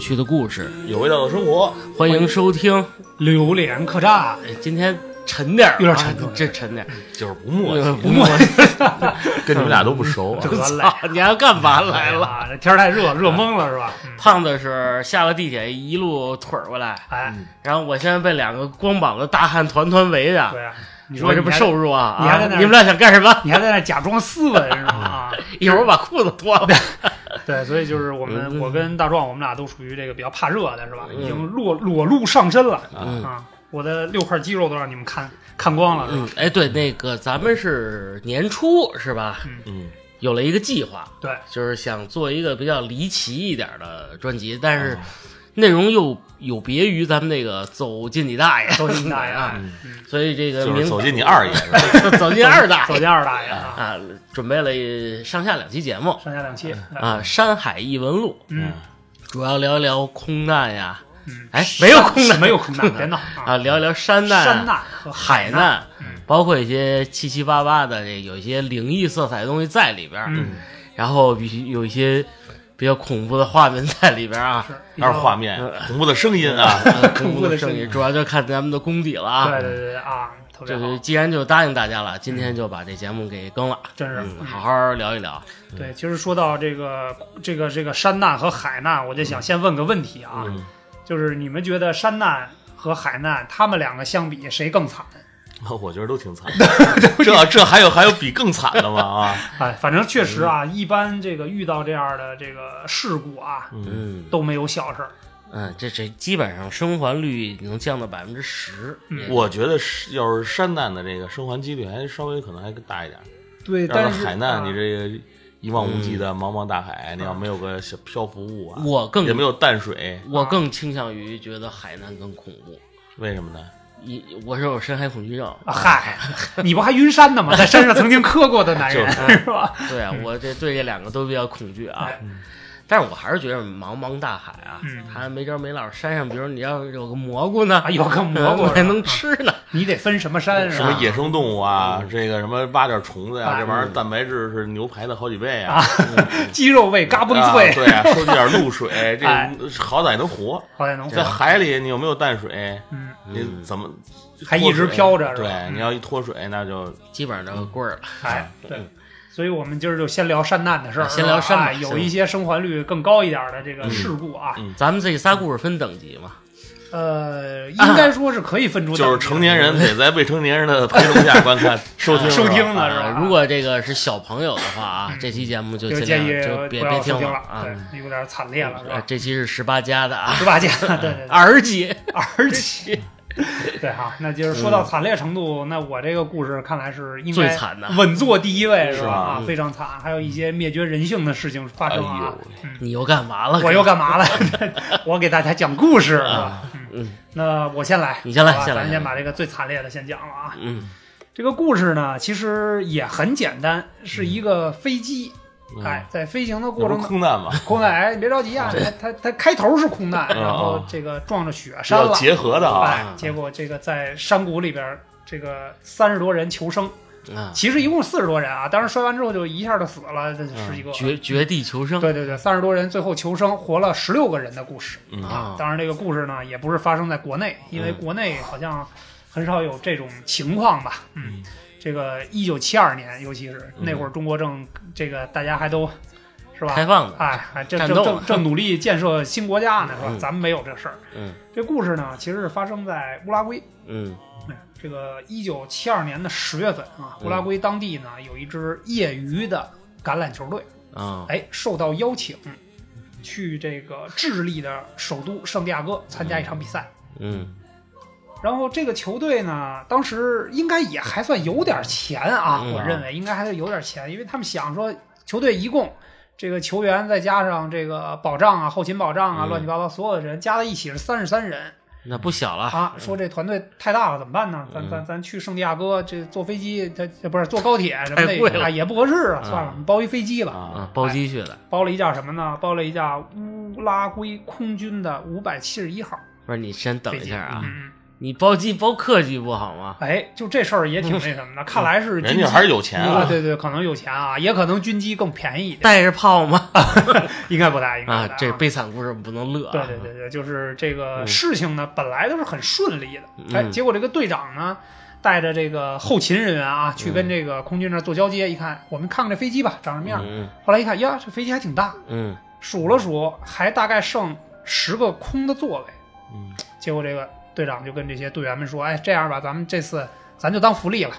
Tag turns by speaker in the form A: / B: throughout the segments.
A: 趣的故事，
B: 有味道的生活，
A: 欢迎收听。
C: 榴莲客 栈，
A: 哎今天沉点儿啊，
C: 有点沉嗯重
A: 这沉点儿，
B: 就是不磨 叽，
A: 不墨
B: 跟你们俩都不熟啊
C: 这。个累
A: 迹。你要干嘛来了？
C: 啊了，这天儿太热，
A: 啊
C: 热懵了是吧？嗯
A: 胖子是下了地铁，一路腿儿过来，
C: 哎，
A: 然后我现在被两个光膀子大汉团团围着，
C: 对啊，你
A: 嗯我
C: 说
A: 这不
C: 你还
A: 受，辱啊！
C: 你还在
A: 啊
C: 那儿
A: 你们俩想干什么？
C: 你还在那假装斯文是吧？啊，
A: 一会儿我把裤子脱了。
C: 对，所以就是我
A: 嗯
C: 们，我跟大壮，我们俩都属于这个比较怕热的是吧？
A: 嗯
C: 已经裸裸露上身了
A: 嗯
C: 啊，我的六块肌肉都让你们看看光了是吧？
A: 嗯， 哎，对，那个咱们是年初是吧？
B: 嗯，
A: 有了一个计划，
C: 对，
A: 就是想做一个比较离奇一点的专辑，但
C: 哦
A: 是内容又有别于咱们那个走进你大爷，
C: 走进你大爷
A: 啊
B: 嗯，
A: 所以这个
B: 就是
A: 名
B: 走进你二爷是吧？
A: 走进二大
C: 走
A: 爷
C: 进二大爷啊，
A: 啊，准备了上下两期节目
C: 上下两期，哎
A: 嗯啊，《山海异闻录
C: 嗯》
A: 主要聊一聊空难呀，
C: 嗯，
A: 哎，没有空
C: 是
A: 难
C: 没有空难，别闹啊，
A: 啊，聊一聊山难、
C: 山难和
A: 海
C: 难，
A: 难，包括一些七七八八的这有一些灵异色彩的东西在里边儿，
C: 嗯，
A: 然后比有一些比较恐怖的画面在里边儿 啊，
C: 是
B: 那是画面，恐怖的声音啊，
A: 呃恐
C: 恐
A: 怖
C: 怖
A: 的
C: 的
A: 声
C: 声
A: 音，
C: 音
A: 主要就看咱们的功底了啊
C: 对。对对啊，特别
A: 这
C: 好
A: 个，既然就答应大家了，今天就把这节目给更了，
C: 真是
A: 嗯
C: 嗯
A: 好好聊一聊。
C: 对，其实说到这个这个这个山难和海难，我就想先问个问题啊，
B: 嗯
C: 就是你们觉得山难和海难，他们两个相比谁更惨？
B: 我觉得都挺惨。这这还有还有比更惨的吗？啊，
C: 哎，反正确实啊，一般这个遇到这样的这个事故啊，
B: 嗯，
A: 嗯
C: 都没有小事儿。
A: 嗯，这这基本上生还率能降到百分之十。
C: 嗯
B: 我觉得是要是山难的这个生还几率还稍微可能还更大一点，
C: 对，
B: 要
C: 但
B: 是
C: 是
B: 海
C: 啊
B: 难你这个一望无际的茫茫大海，你要没有个小漂浮物啊，
A: 我更
B: 也没有淡水，
A: 我更倾向于觉得海南更恐怖，
B: 为什么呢？
A: 一我是有深海恐惧症。
C: 啊嗨，你不还晕山呢吗？在山上曾经磕过的男人是吧？
A: 对啊，我这对这两个都比较恐惧啊
C: 嗯哎。
A: 但是我还是觉得茫茫大海啊
C: 嗯，
A: 它没着没落山上，比如你要有个蘑菇呢
C: 啊，，有个蘑菇
A: 我还
C: 是吧嗯
A: 能吃呢。
C: 你得分什么山是
B: 什么
C: 吧？
B: 野生动物啊，这个什么挖点虫子呀，
C: 啊
B: 这玩意儿蛋白质是牛排的好几倍啊，
C: 鸡肉味嘎嘣
B: 啊
C: 脆，
B: 对啊，收集点露 水，这
C: 哎
B: 好歹能活。
C: 好歹能
B: 在
C: 活。
B: 海里你有没有淡水？
C: 嗯，
B: 你怎么
C: 还一
B: 脱水
C: 直飘着是吧
B: 对，
C: 嗯
B: 你要一脱水，那就
A: 基本上都棍儿了。
B: 啊
C: 哎，
B: 嗯
C: 对，所以我们今儿就先聊山难的事儿，
A: 先聊山吧
C: 哎有一些生还率更高一点的这个事故啊，
B: 嗯
A: 咱们这仨故事分等级嘛，
C: 呃，应该说是可以分出
B: 就是
C: 等级的
B: 成年人得在未成年人的陪同下观看收听
C: 收听
B: 是吧
C: 了是吧？
A: 啊如果这个是小朋友的话啊，这期节目就
C: 嗯就
A: 尽
C: 建
A: 量
C: 议
A: 就别
C: 不
A: 别
C: 要收听
A: 了
C: 了，
A: 啊。
C: 对，有点惨烈了是
A: 啊
C: 吧？
A: 这期是十八加的啊，
C: 十八家， 对对对，
A: 儿级。
C: 而且。 对哈，那就是说到惨烈程度，那我这个故事看来是应该
A: 嗯最惨的
C: 稳坐第一位
B: 是
C: 是
B: 吧
C: 吧？啊
A: 嗯，
C: 非常惨，还有一些灭绝人性的事情发生
B: 哎
C: 啊
B: 呦。
C: 嗯
A: 你又干嘛了？
C: 我又干嘛了？ 我给大家讲故事啊。
A: 嗯，
C: 那我先来，
A: 你先来
C: 好吧
A: 先来
C: 咱
A: 先
C: 先
A: 来
C: 把这个最惨烈的先讲了啊。
A: 嗯
C: 这个故事呢，其实也很简单，是一个飞机，
B: 嗯
C: 哎，在飞行的
B: 那
C: 过
B: 不
C: 程
B: 是
C: 中，
B: 空 难吗？
C: 空难，哎，你别着急啊，它它它开头是空难，
B: 嗯
C: 然后
B: 嗯
C: 这个撞着雪山
B: 要
C: 了，
B: 结合的啊，
C: 哎，结果这个在山谷里边。这个三十多人求生，
A: 啊，
C: 其实一共四十多人啊，当时摔完之后就一下就死了，这十几个。
A: 绝绝地求生。
C: 对对对，三十多人最后求生，活了十六个人的故事。
B: 嗯
A: 啊，嗯
C: 当然，这个故事呢，也不是发生在国内，因为国内好像很少有这种情况吧。
B: 嗯，
C: 这个一九七二年，尤其是
B: 嗯
C: 那会儿，中国正这个大家还都是吧
A: 开，放的。
C: 哎，还正
A: 战斗
C: 正
A: 呢
C: 正正努力建设新国家呢，是吧
A: 嗯？
C: 咱们没有这事儿。
A: 嗯
C: 这故事呢，其实是发生在乌拉圭。
A: 嗯
C: 哎这个一九七二年的十月份啊，乌拉圭当地呢有一支业余的橄榄球队，
A: 啊
C: 哎，受到邀请，去这个智利的首都圣地亚哥参加一场比赛。
A: 嗯
C: 然后这个球队呢，当时应该也还算有点钱啊，
A: 嗯啊
C: 我认为应该还是有点钱，因为他们想说，球队一共这个球员再加上这个保障啊、后勤保障啊、
A: 嗯
C: 乱七八糟所有的人加在一起是三十三人
A: 那不小了
C: 啊。说这团队太大了，怎么办呢？
A: 嗯
C: 咱咱咱去圣地亚哥，这坐飞机，他不是坐高铁什么
A: 太贵
C: 的
A: 了
C: 啊，也不合适啊，
A: 啊
C: 算了，我们包一飞机吧。
B: 啊，
A: 啊，包机去的。
C: 包了一架什么呢？包了一架乌拉圭空军的五百七十一号
A: 不是你先等
C: 飞
A: 一
C: 机。
A: 下啊，
C: 嗯，嗯
A: 你包机包客机不好吗？
C: 哎，就这事儿也挺那什么的，看来是
B: 人
C: 军机
B: 家还是有钱
C: 啊，
B: 啊，
C: 对对，可能有钱啊，也可能军机更便 宜一点，
A: 带着炮吗？
C: 应该不大，应该不
A: 啊
C: 大，
A: 这悲惨故事不能乐啊。
C: 对对对对，就是这个
A: 嗯
C: 事情呢，本来都是很顺利的，哎，
A: 嗯
C: 结果这个队长呢，带着这个后勤人员啊，去
A: 嗯
C: 跟这个空军那儿做交接，一看，我们看看这飞机吧，长什么样。
A: 嗯
C: 后来一看，呀，这飞机还挺大，
A: 嗯
C: 数了数，还大概剩十个空的座位。
B: 嗯
C: 结果这个队长就跟这些队员们说，哎，这样吧，咱们这次咱就当福利了，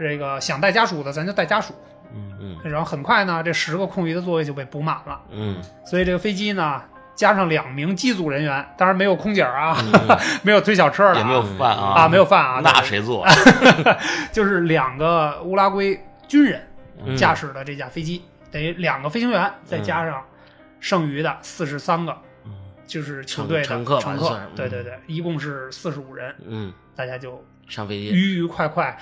C: 这个想带家属的咱就带家属。
B: 嗯
A: 嗯
C: 然后很快呢，这十个空余的座位就被补满了，
A: 嗯
C: 所以这个飞机呢。加上两名机组人员，当然没有空姐儿啊，
A: 嗯，
C: 没有推小车的
B: 也
C: 啊，
B: 没有饭啊
C: 啊，没有饭啊，
B: 那
C: 就是
B: 谁做 啊？
C: 就是两个乌拉圭军人
A: 嗯
C: 驾驶的这架飞机，等于两个飞行员，再加上剩余的四十三个，就是球队的
A: 乘乘
C: 乘
A: 客吧
C: 乘
A: 算是嗯
C: 对对对，一共是四十五人，
A: 嗯，
C: 大家就
A: 上飞机
C: 愉愉快快、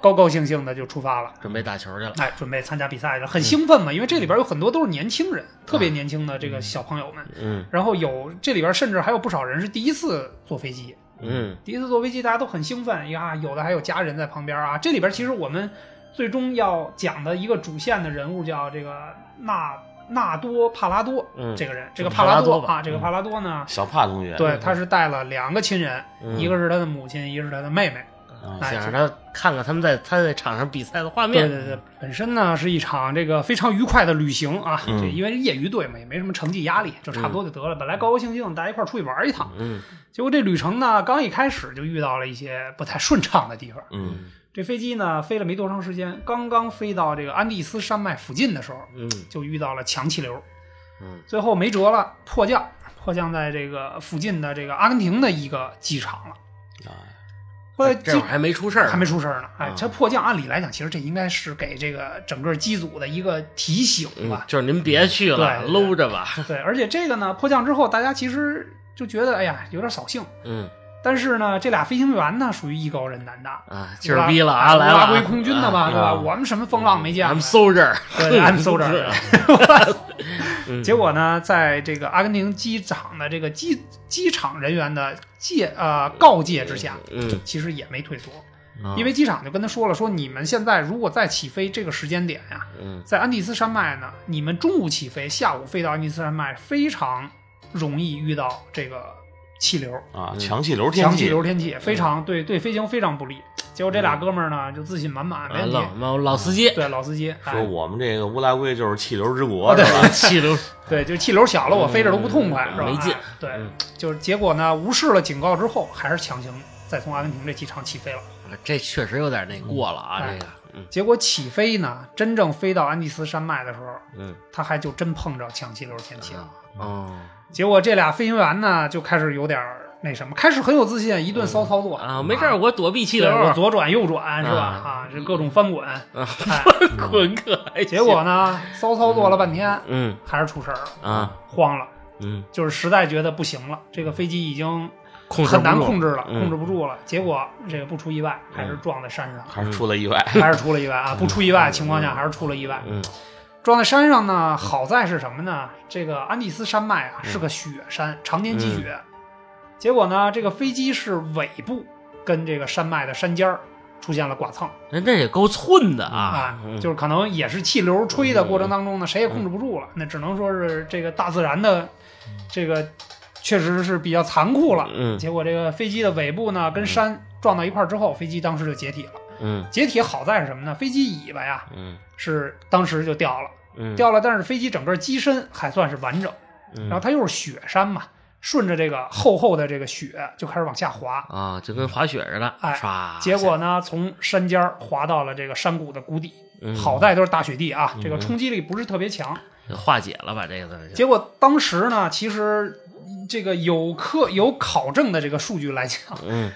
C: 高高兴兴的就出发了。
A: 准备打球去了。
C: 哎，准备参加比赛去了，
A: 嗯
C: 很兴奋嘛，因为这里边有很多都是年轻人，特别年轻的这个小朋友们，
A: 啊嗯
C: 然后有这里边甚至还有不少人是第一次坐飞机，
A: 嗯
C: 第一次坐飞机，大家都很兴奋呀，有的还有家人在旁边啊。这里边其实我们最终要讲的一个主线的人物叫这个纳纳多帕拉多、
A: 嗯，
C: 这
A: 个
C: 个人，这个
A: 帕拉
C: 拉
A: 多吧
C: 啊，这个
A: 嗯
C: 帕拉多呢，
B: 小帕同学，
C: 对，他是带了两个亲人，
A: 嗯
C: 一个是他的母亲，一个是他的妹妹。哎
A: 想让他看看他们在他在场上比赛的画
C: 对
A: 面。
C: 对对，本身呢是一场这个非常愉快的旅行啊，
B: 嗯
C: 这因为业余队嘛，也没什么成绩压力，就差不多就得了。本来高高兴兴大家一块儿出去玩一趟，
A: 嗯
C: 结果这旅程呢刚一开始就遇到了一些不太顺畅的地方。
B: 嗯
C: 这飞机呢飞了没多长时间，刚刚飞到这个安第斯山脉附近的时候，
A: 嗯
C: 就遇到了强气流，
A: 嗯
C: 最后没辙了，迫降，迫降在这个附近的这个阿根廷的一个机场了。
B: 啊，
C: 后来
A: 哎这会
C: 机
A: 儿还没出事儿，
C: 还没出事儿呢，哎
A: 啊，
C: 这迫降按理来讲，其实这应该是给这个整个机组的一个提醒
A: 嗯
C: 吧，。
A: 就是您别去了，
C: 对对对
A: 搂着吧。
C: 对，而且这个呢，迫降之后，大家其实就觉得哎呀有点扫兴，
A: 嗯
C: 但是呢，这俩飞行员呢属于艺高人胆大。
A: 啊，劲儿逼了啊，
C: 乌
A: 来
C: 拉
A: 了啊，
C: 乌拉圭空军的嘛，
A: 啊
C: 对吧？
B: 啊
C: 我们什么风浪没见过啊
A: ，I'm
C: 呀？
A: soldier，
C: 对，I'm soldier
B: 啊
A: 嗯
C: 结果呢，在这个阿根廷机场的这个机机场人员的戒呃告诫之下，
A: 嗯，
C: 其实也没退缩，
A: 啊
C: 因为机场就跟他说了，说你们现在如果再起飞这个时间点呀、
A: 嗯
C: 在安第斯山脉呢，你们中午起飞，下午飞到安第斯山脉，非常容易遇到这个气流、
B: 啊，
A: 嗯
B: 强气流天
C: 强
B: 气
C: 气，流天气，非常对对飞行非常不利。结果这俩哥们儿呢，就自信满满，没
A: 嗯啊
C: 问题。
A: 老老老司机，
C: 对老司机，哎
B: 说我们这个乌拉圭就是气流之国
C: 啊
B: 是吧？
A: 气流，
C: 对，就气流小了，我飞着都不痛快，
A: 嗯
C: 是吧？
A: 没劲
C: 哎对，
A: 嗯
C: 就是结果呢，无视了警告之后，还是强行再从阿根廷这机场起飞了。
A: 啊这确实有点那过了啊，这
C: 哎
A: 个，嗯
C: 结果起飞呢，真正飞到安第斯山脉的时候，
A: 嗯，
C: 他还就真碰着强气流天气了。
A: 哦
C: 结果这俩飞行员呢，就开始有点儿那什么，开始很有自信，一顿骚操作
A: 啊，没事儿，我躲避气
C: 对
A: 流，
C: 我左转右转是吧？
A: 啊
C: 啊，这各种翻滚。
A: 啊
C: 哎，
A: 滚可还行
C: 结果， 呢，骚操作了半天，
A: 嗯
C: 还是出事儿了，
A: 啊
C: 慌了，
A: 嗯，
C: 就是实在觉得不行了，这个飞机已经
A: 控制
C: 很难
A: 不住
C: 控制了，
A: 嗯
C: 控制不住了。结果这个不出意外，还是撞在山上，
B: 还是出了意外，
C: 还是出了意外啊！不出意外的情况下，还是出了意外。
A: 嗯
C: 撞在山上呢，好在是什么呢？这个安第斯山脉
A: 嗯
C: 啊是个雪山，常年积雪。结果呢，这个飞机是尾部跟这个山脉的山尖儿出现了剐蹭
A: 那那也够寸的啊
C: 啊，，
A: 嗯
C: 就是可能也是气流吹的过程当中呢，谁也控制不住了，那只能说是这个大自然的这个确实是比较残酷了。
A: 嗯
C: 结果这个飞机的尾部呢跟山撞到一块儿之后，飞机当时就解体了。
A: 嗯
C: 解体好在是什么呢？飞机尾巴呀
A: 嗯
C: 是当时就掉了，
A: 嗯，
C: 掉了，但是飞机整个机身还算是完整。
A: 嗯
C: 然后它又是雪山嘛，顺着这个厚厚的这个雪就开始往下滑。
A: 啊，就跟滑雪似的，
C: 嗯哎
A: 唰，
C: 结果呢，从山尖儿滑到了这个山谷的谷底，
A: 嗯
C: 好在都是大雪地啊，
B: 嗯
C: 这个冲击力不是特别强。
A: 给化解了吧这个东西，
C: 结果当时呢，其实嗯这个有科有考证的这个数据来讲，
A: 嗯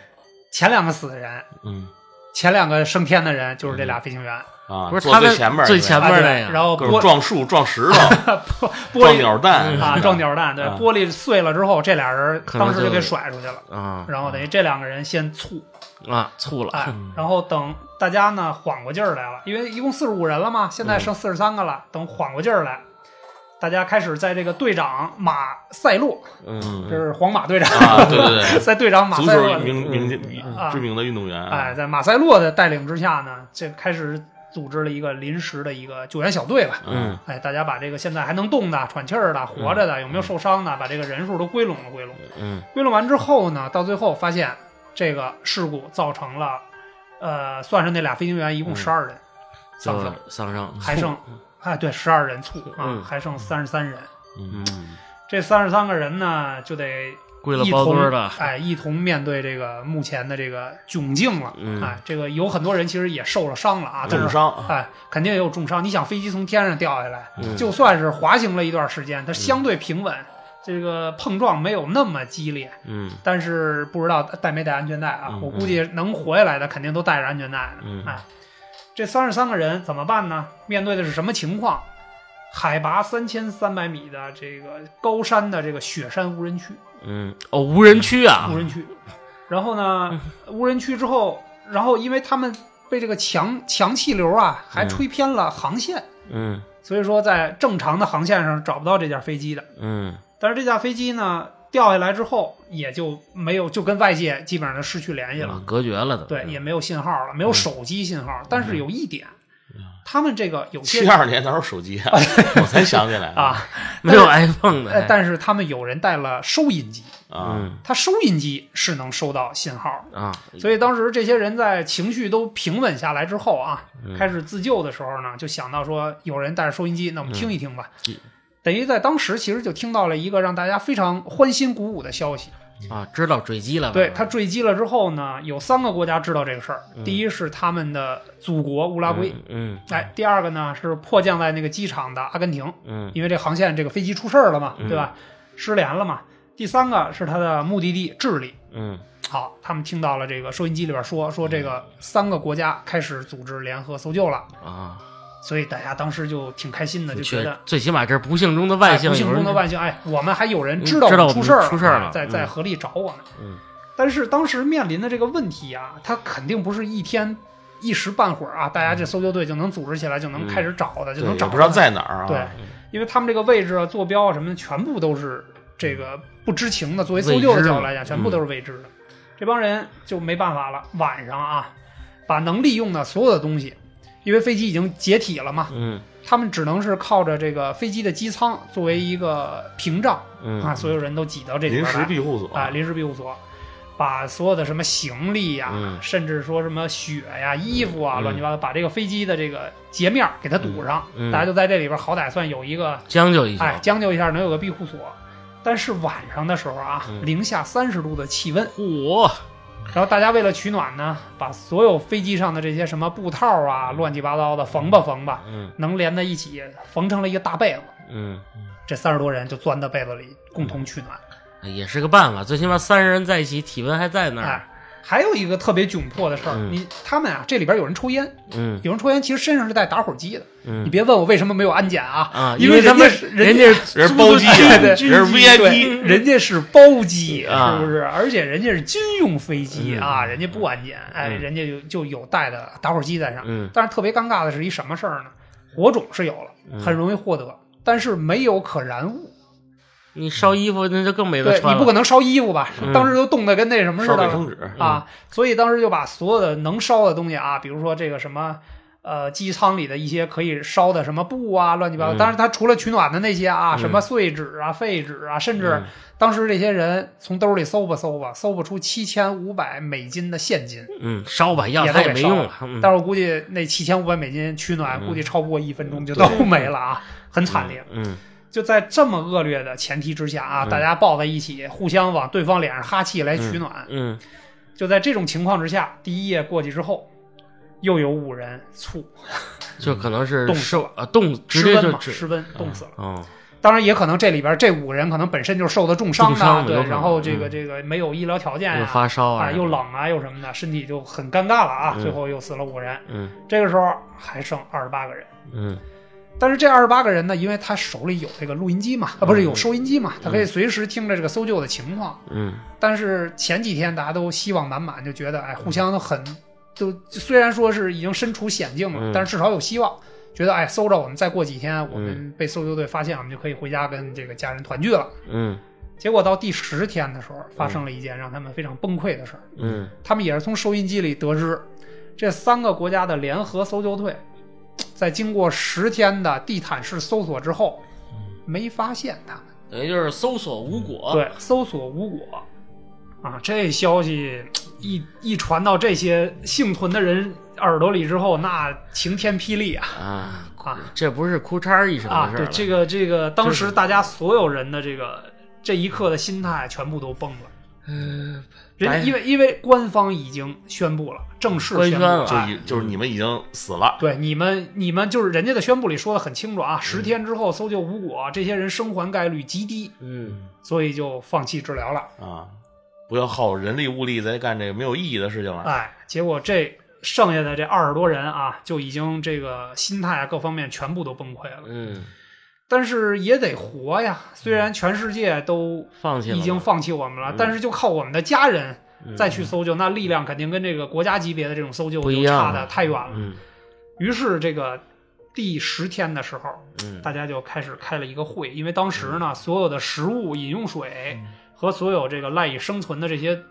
C: 前两个死的人，
B: 嗯
C: 前两个升天的人就是这俩飞行员，
B: 啊，
A: 不是
B: 坐
A: 他们
B: 最前面儿，
A: 最前
C: 啊
A: 面
C: 对
A: 那个
C: 然后
B: 各种
C: 玻
B: 撞树、撞 石头、
C: 玻
B: 撞
C: 璃
B: 鸟蛋
C: 啊撞鸟蛋，对，
B: 啊
C: 玻璃碎了之后，这俩人
A: 嗯可能
C: 当时就
A: 就
C: 给甩出去了。
A: 啊
C: 然后等于这两个人先猝
A: 啊，醋了，
C: 哎，然后等大家
A: 嗯
C: 呢缓过劲儿来了，因为一共四十五人了嘛，现在剩四十三个了，等缓过劲儿来，大家开始在这个队长马塞洛，
A: 嗯，
C: 这是皇马队长，
B: 啊，对对对，
C: 在队长马
B: 足
C: 塞
B: 球
C: 洛
B: 名名
C: 啊
B: 名知名的运动
A: 啊
B: 员，啊
C: 哎，，在马塞洛的带领之下呢，这开始组织了一个临时的一个救援小队吧。
A: 嗯
C: 哎，大家把这个现在还能动的、喘气儿的、活着的，有没有受伤的，把这个人数都归拢了归拢。
A: 嗯
C: 归拢完之后呢，到最后发现这个事故造成了，呃，算上那俩飞行员，一共
A: 嗯
C: 十二人丧
A: 就
C: 生，
A: 丧生，
C: 还剩哎对，十二人猝啊
A: 嗯，
C: 还剩三十三人。
B: 嗯
A: 嗯，
C: 这三十三个人呢，就得
A: 归了
C: 一
A: 包堆
C: 同
A: 儿的，
C: 哎，一同面对这个目前的这个窘境了。
A: 嗯
C: 哎，这个有很多人其实也受了伤了啊，但
B: 重
C: 是
B: 伤，
C: 哎，肯定也有重伤。你想，飞机从天上掉下来，
A: 嗯
C: 就算是滑行了一段时间，它相对平稳，这个碰撞没有那么激烈，
A: 嗯
C: 但是不知道带没带安全带啊？
B: 嗯
C: 我估计能活下来的肯定都带着安全带呢。
A: 嗯
C: 哎，这三十三个人怎么办呢？面对的是什么情况？海拔三千三百米的这个高山的这个雪山无人区，
A: 嗯，哦，无人区啊
C: 无，人区。然后 呢，无人区之后，然后因为他们被这个强强气流啊，还
A: 嗯
C: 吹偏了航线，
A: 嗯
C: 所以说在正常的航线上找不到这架飞机的。
A: 嗯
C: 但是这架飞机呢，掉下来之后也就没有，就跟外界基本上就失去联系了，
A: 嗯，隔绝了的，
C: 对，
A: 嗯嗯
C: 也没有信号了，没有手机信号。但是有一点，他们这个有些
B: 七二年哪有手机啊？ 我才想起来
C: 啊，
A: 没有 iPhone 的
C: 呃，，
A: 还
C: 但是他们有人带了收音机，
B: 啊，
A: 嗯
C: 他收音机是能收到信号的。
A: 啊，
C: 所以当时这些人在情绪都平稳下来之后啊，
A: 嗯
C: 开始自救的时候呢，就想到说有人带着收音机，那我们听一听吧。
A: 嗯
C: 等于在当时其实就听到了一个让大家非常欢欣鼓舞的消息。
A: 啊，知道坠机了吧，
C: 对他坠机了之后呢，有三个国家知道这个事儿，
A: 嗯
C: 第一是他们的祖国乌拉圭。
A: 嗯，
C: 哎，第二个呢是迫降在那个机场的阿根廷，
A: 嗯
C: 因为这航线这个飞机出事儿了嘛，
A: 嗯
C: 对吧？失联了嘛。第三个是他的目的地智利，
A: 嗯
C: 好，他们听到了这个收音机里边说说这个三个国家开始组织联合搜救了，
A: 嗯啊，
C: 所以大家当时就挺开心的，就觉
A: 确
C: 得。
A: 最起码这是不幸中的
C: 哎
A: 万幸，
C: 不幸
A: 有人
C: 中的万幸，哎，我们还有人知
A: 嗯
C: 道
A: 知道
C: 出事儿
A: 我们出事儿了
C: 哎在
A: 嗯
C: 在合力找我们。
A: 嗯，
C: 但是当时面临的这个问题啊，它肯定不是一天一时半会儿啊，大家这搜救队就能组织起来，就能
A: 嗯
C: 开始找的，就
B: 对
C: 能
B: 也
C: 找
B: 不知道
C: 到
B: 在哪儿啊，
C: 对，因为他们这个位置啊、坐标啊什么的，全部都是这个不知情的。作为搜救的角度来
A: 未
C: 讲，
A: 知的
C: 全部都是未知的。这帮人就没办法了，晚上啊，把能利用的所有的东西，因为飞机已经解体了嘛，
A: 嗯
C: 他们只能是靠着这个飞机的机舱作为一个屏障
A: 嗯
C: 啊，所有人都挤到这里
B: 临
C: 边
B: 时
C: 来
B: 庇护所
C: 啊，临时庇护所。把所有的什么行李呀、
A: 嗯
C: 甚至说什么血呀、衣服啊，
A: 嗯
C: 乱七八糟，把这个飞机的这个截面儿给它堵上，
A: 嗯
C: 大家就在这里边好歹算有一个
A: 将就一
C: 哎，
A: 下，
C: 将就一下能有个庇护所。但是晚上的时候啊，
A: 嗯
C: 零下三十度的气温，
A: 嚯，
C: 然后大家为了取暖呢，把所有飞机上的这些什么布套啊、乱七八糟的缝吧缝吧，
A: 嗯
C: 能连在一起缝成了一个大被子。
A: 嗯，
C: 这三十多人就钻到被子里共同取暖。
A: 哎也是个办法，最起码三人在一起，体温还在那
C: 哎
A: 儿，，
C: 还有一个特别窘迫的事儿，
A: 嗯
C: 你他们啊，这里边有人抽烟，
A: 嗯
C: 有人抽烟，其实身上是带打火机的。
A: 嗯
C: 你别问我为什么没有安检啊，
A: 啊，
C: 因
A: 为
C: 人
A: 他
C: 家
A: 们
C: 是
A: 人
C: 家
A: 家
C: 是
A: 是
B: 人是包机，啊人
C: 对
B: 是 VIP，
C: 对，人家是包机，
A: 啊
C: 是不是？而且人家是军用飞机
A: 嗯
C: 啊，人家不安检，哎，
A: 嗯
C: 人家就就有带的打火机在上。
A: 嗯
C: 但是特别尴尬的是一什么事儿呢？火种是有了，
A: 嗯
C: 很容易获得，但是没有可燃物。
A: 你烧衣服那就更没得
C: 对
A: 穿
C: 你
A: 了，
C: 不可能烧衣服吧？
A: 嗯
C: 当时都冻得跟那什么似
B: 烧卫
C: 的
B: 生纸，
C: 啊！所以当时就把所有的能烧的东西啊，比如说这个什么。呃，机舱里的一些可以烧的什么布啊，乱七八糟。
A: 嗯
C: 当然，它除了取暖的那些啊，
A: 嗯
C: 什么碎纸啊、废纸啊，甚至
A: 嗯
C: 当时这些人从兜里搜吧搜吧，搜不出七千五百美金的现金，
A: 嗯，烧吧，要
C: 也
A: 它也
C: 都给
A: 没
C: 烧
A: 用
C: 了
A: 了，嗯
C: 但是我估计那七千五百美金取暖，
A: 嗯
C: 估计超不过一分钟就
B: 对
C: 都没了啊，很惨烈。
A: 嗯
C: 就在这么恶劣的前提之下啊，
A: 嗯
C: 大家抱在一起，互相往对方脸上哈气来取暖。
A: 嗯
C: 就在这种情况之下，第一夜过去之后，又有五人猝
A: 就可能是
C: 冻死
A: 受啊冻直
C: 失
A: 接
C: 温
A: 就
C: 嘛，
A: 直
C: 失温冻死了。
A: 哦
C: 当然，也可能这里边这五人可能本身就是受的重伤
A: 重伤
C: 的，
A: 的
C: 对
A: 有，可能
C: 然后这个
A: 嗯
C: 这个没有医疗条件
A: 又
C: 呀，
A: 发烧
C: 啊，
A: 啊
C: 又冷啊，又什么的，身体就很尴尬了啊。
A: 嗯
C: 最后又死了五人，
A: 嗯
C: 这个时候还剩二十八个人。
A: 嗯
C: 但是这二十八个人呢，因为他手里有这个录音机嘛，啊，不是
A: 嗯
C: 有收音机嘛，他可以随时听着这个搜救的情况。
A: 嗯
C: 但是前几天大家都希望满满，就觉得哎，互相都很，都虽然说是已经身处险境了，
A: 嗯
C: 但是至少有希望。觉得哎，搜着我们再过几天，我们被搜救队发现，我们就可以回家跟这个家人团聚了。
A: 嗯
C: 结果到第十天的时候，发生了一件让他们非常崩溃的事儿。
A: 嗯
C: 他们也是从收音机里得知，这三个国家的联合搜救队，在经过十天的地毯式搜索之后，没发现他们。
A: 等于就是搜索无果。
C: 对，搜索无果。啊，这消息一一传到这些幸存的人耳朵里之后，那晴天霹雳啊！
A: 啊，
C: 啊
A: 这不是裤衩儿一什么
C: 啊，
A: 事儿
C: 对
A: 了
C: 这个这个，当
A: 真
C: 时大家所有人的这个这一刻的心态全部都崩了。
A: 嗯，白
C: 人因为因为官方已经宣布了，正式
A: 官
C: 宣布
A: 宣了
B: 就
C: 哎
B: 已就是你们已经死了，
C: 对你们，你们就是人家的宣布里说的很清楚啊，十天之后搜救无果，这些人生还概率极低，
A: 嗯
C: 所以就放弃治疗了。
B: 啊，不要耗人力物力在干这个没有意义的事情
A: 啊
B: 了。
C: 哎，结果这剩下的这二十多人啊，就已经这个心态啊各方面全部都崩溃了。
A: 嗯，
C: 但是也得活呀，虽然全世界都
A: 放弃了吧，
C: 已经放弃我们了，
A: 嗯
C: 但是就靠我们的家人
A: 嗯
C: 再去搜救，那力量肯定跟这个国家级别的这种搜救
A: 不一
C: 就
A: 样
C: 差
A: 了
C: 的太远了。
A: 嗯
C: 于是这个第十天的时候，
A: 嗯
C: 大家就开始开了一个会，因为当时呢，所有的食物、饮用水和所有这个赖以生存的这些
A: 嗯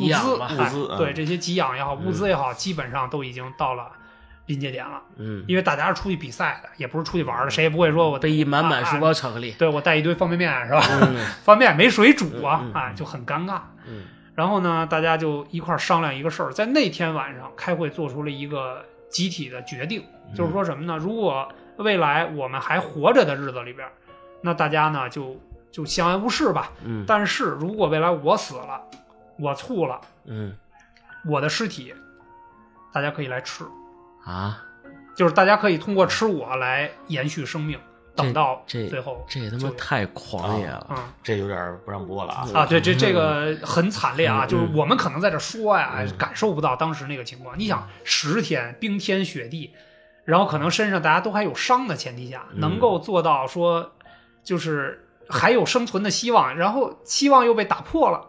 A: 给养吧
C: 物资
B: 物资嗯
C: 哎对这些给养也好，
A: 嗯
C: 物资也好，基本上都已经到了临界点了。
A: 嗯，
C: 因为大家是出去比赛的，也不是出去玩的，谁也不会说我
A: 被一满满
C: 啊
A: 书包巧克 力，
C: 对我带一堆方便面是吧？
A: 嗯
C: 方便面没水煮啊
A: 嗯嗯，嗯
C: 哎，就很尴尬。
A: 嗯
C: 然后呢，大家就一块儿商量一个事儿，在那天晚上开会做出了一个集体的决定，
A: 嗯
C: 就是说什么呢？如果未来我们还活着的日子里边儿，那大家呢就就相安无事吧。
A: 嗯
C: 但是如果未来我死了，我猝了，
A: 嗯
C: 我的尸体，大家可以来吃，
A: 啊，
C: 就是大家可以通过吃我来延续生命，等到
A: 这
C: 最后
A: 这他
C: 就
A: 妈太狂野了，
C: 啊。
B: 这有点不让播了啊！
C: 啊，对，这这个很惨烈啊，
A: 嗯
C: 就是我们可能在这说呀，哎感受不到当时那个情况。你想，十天冰天雪地，然后可能身上大家都还有伤的前提下，
A: 嗯
C: 能够做到说，就是还有生存的希望，然后希望又被打破了，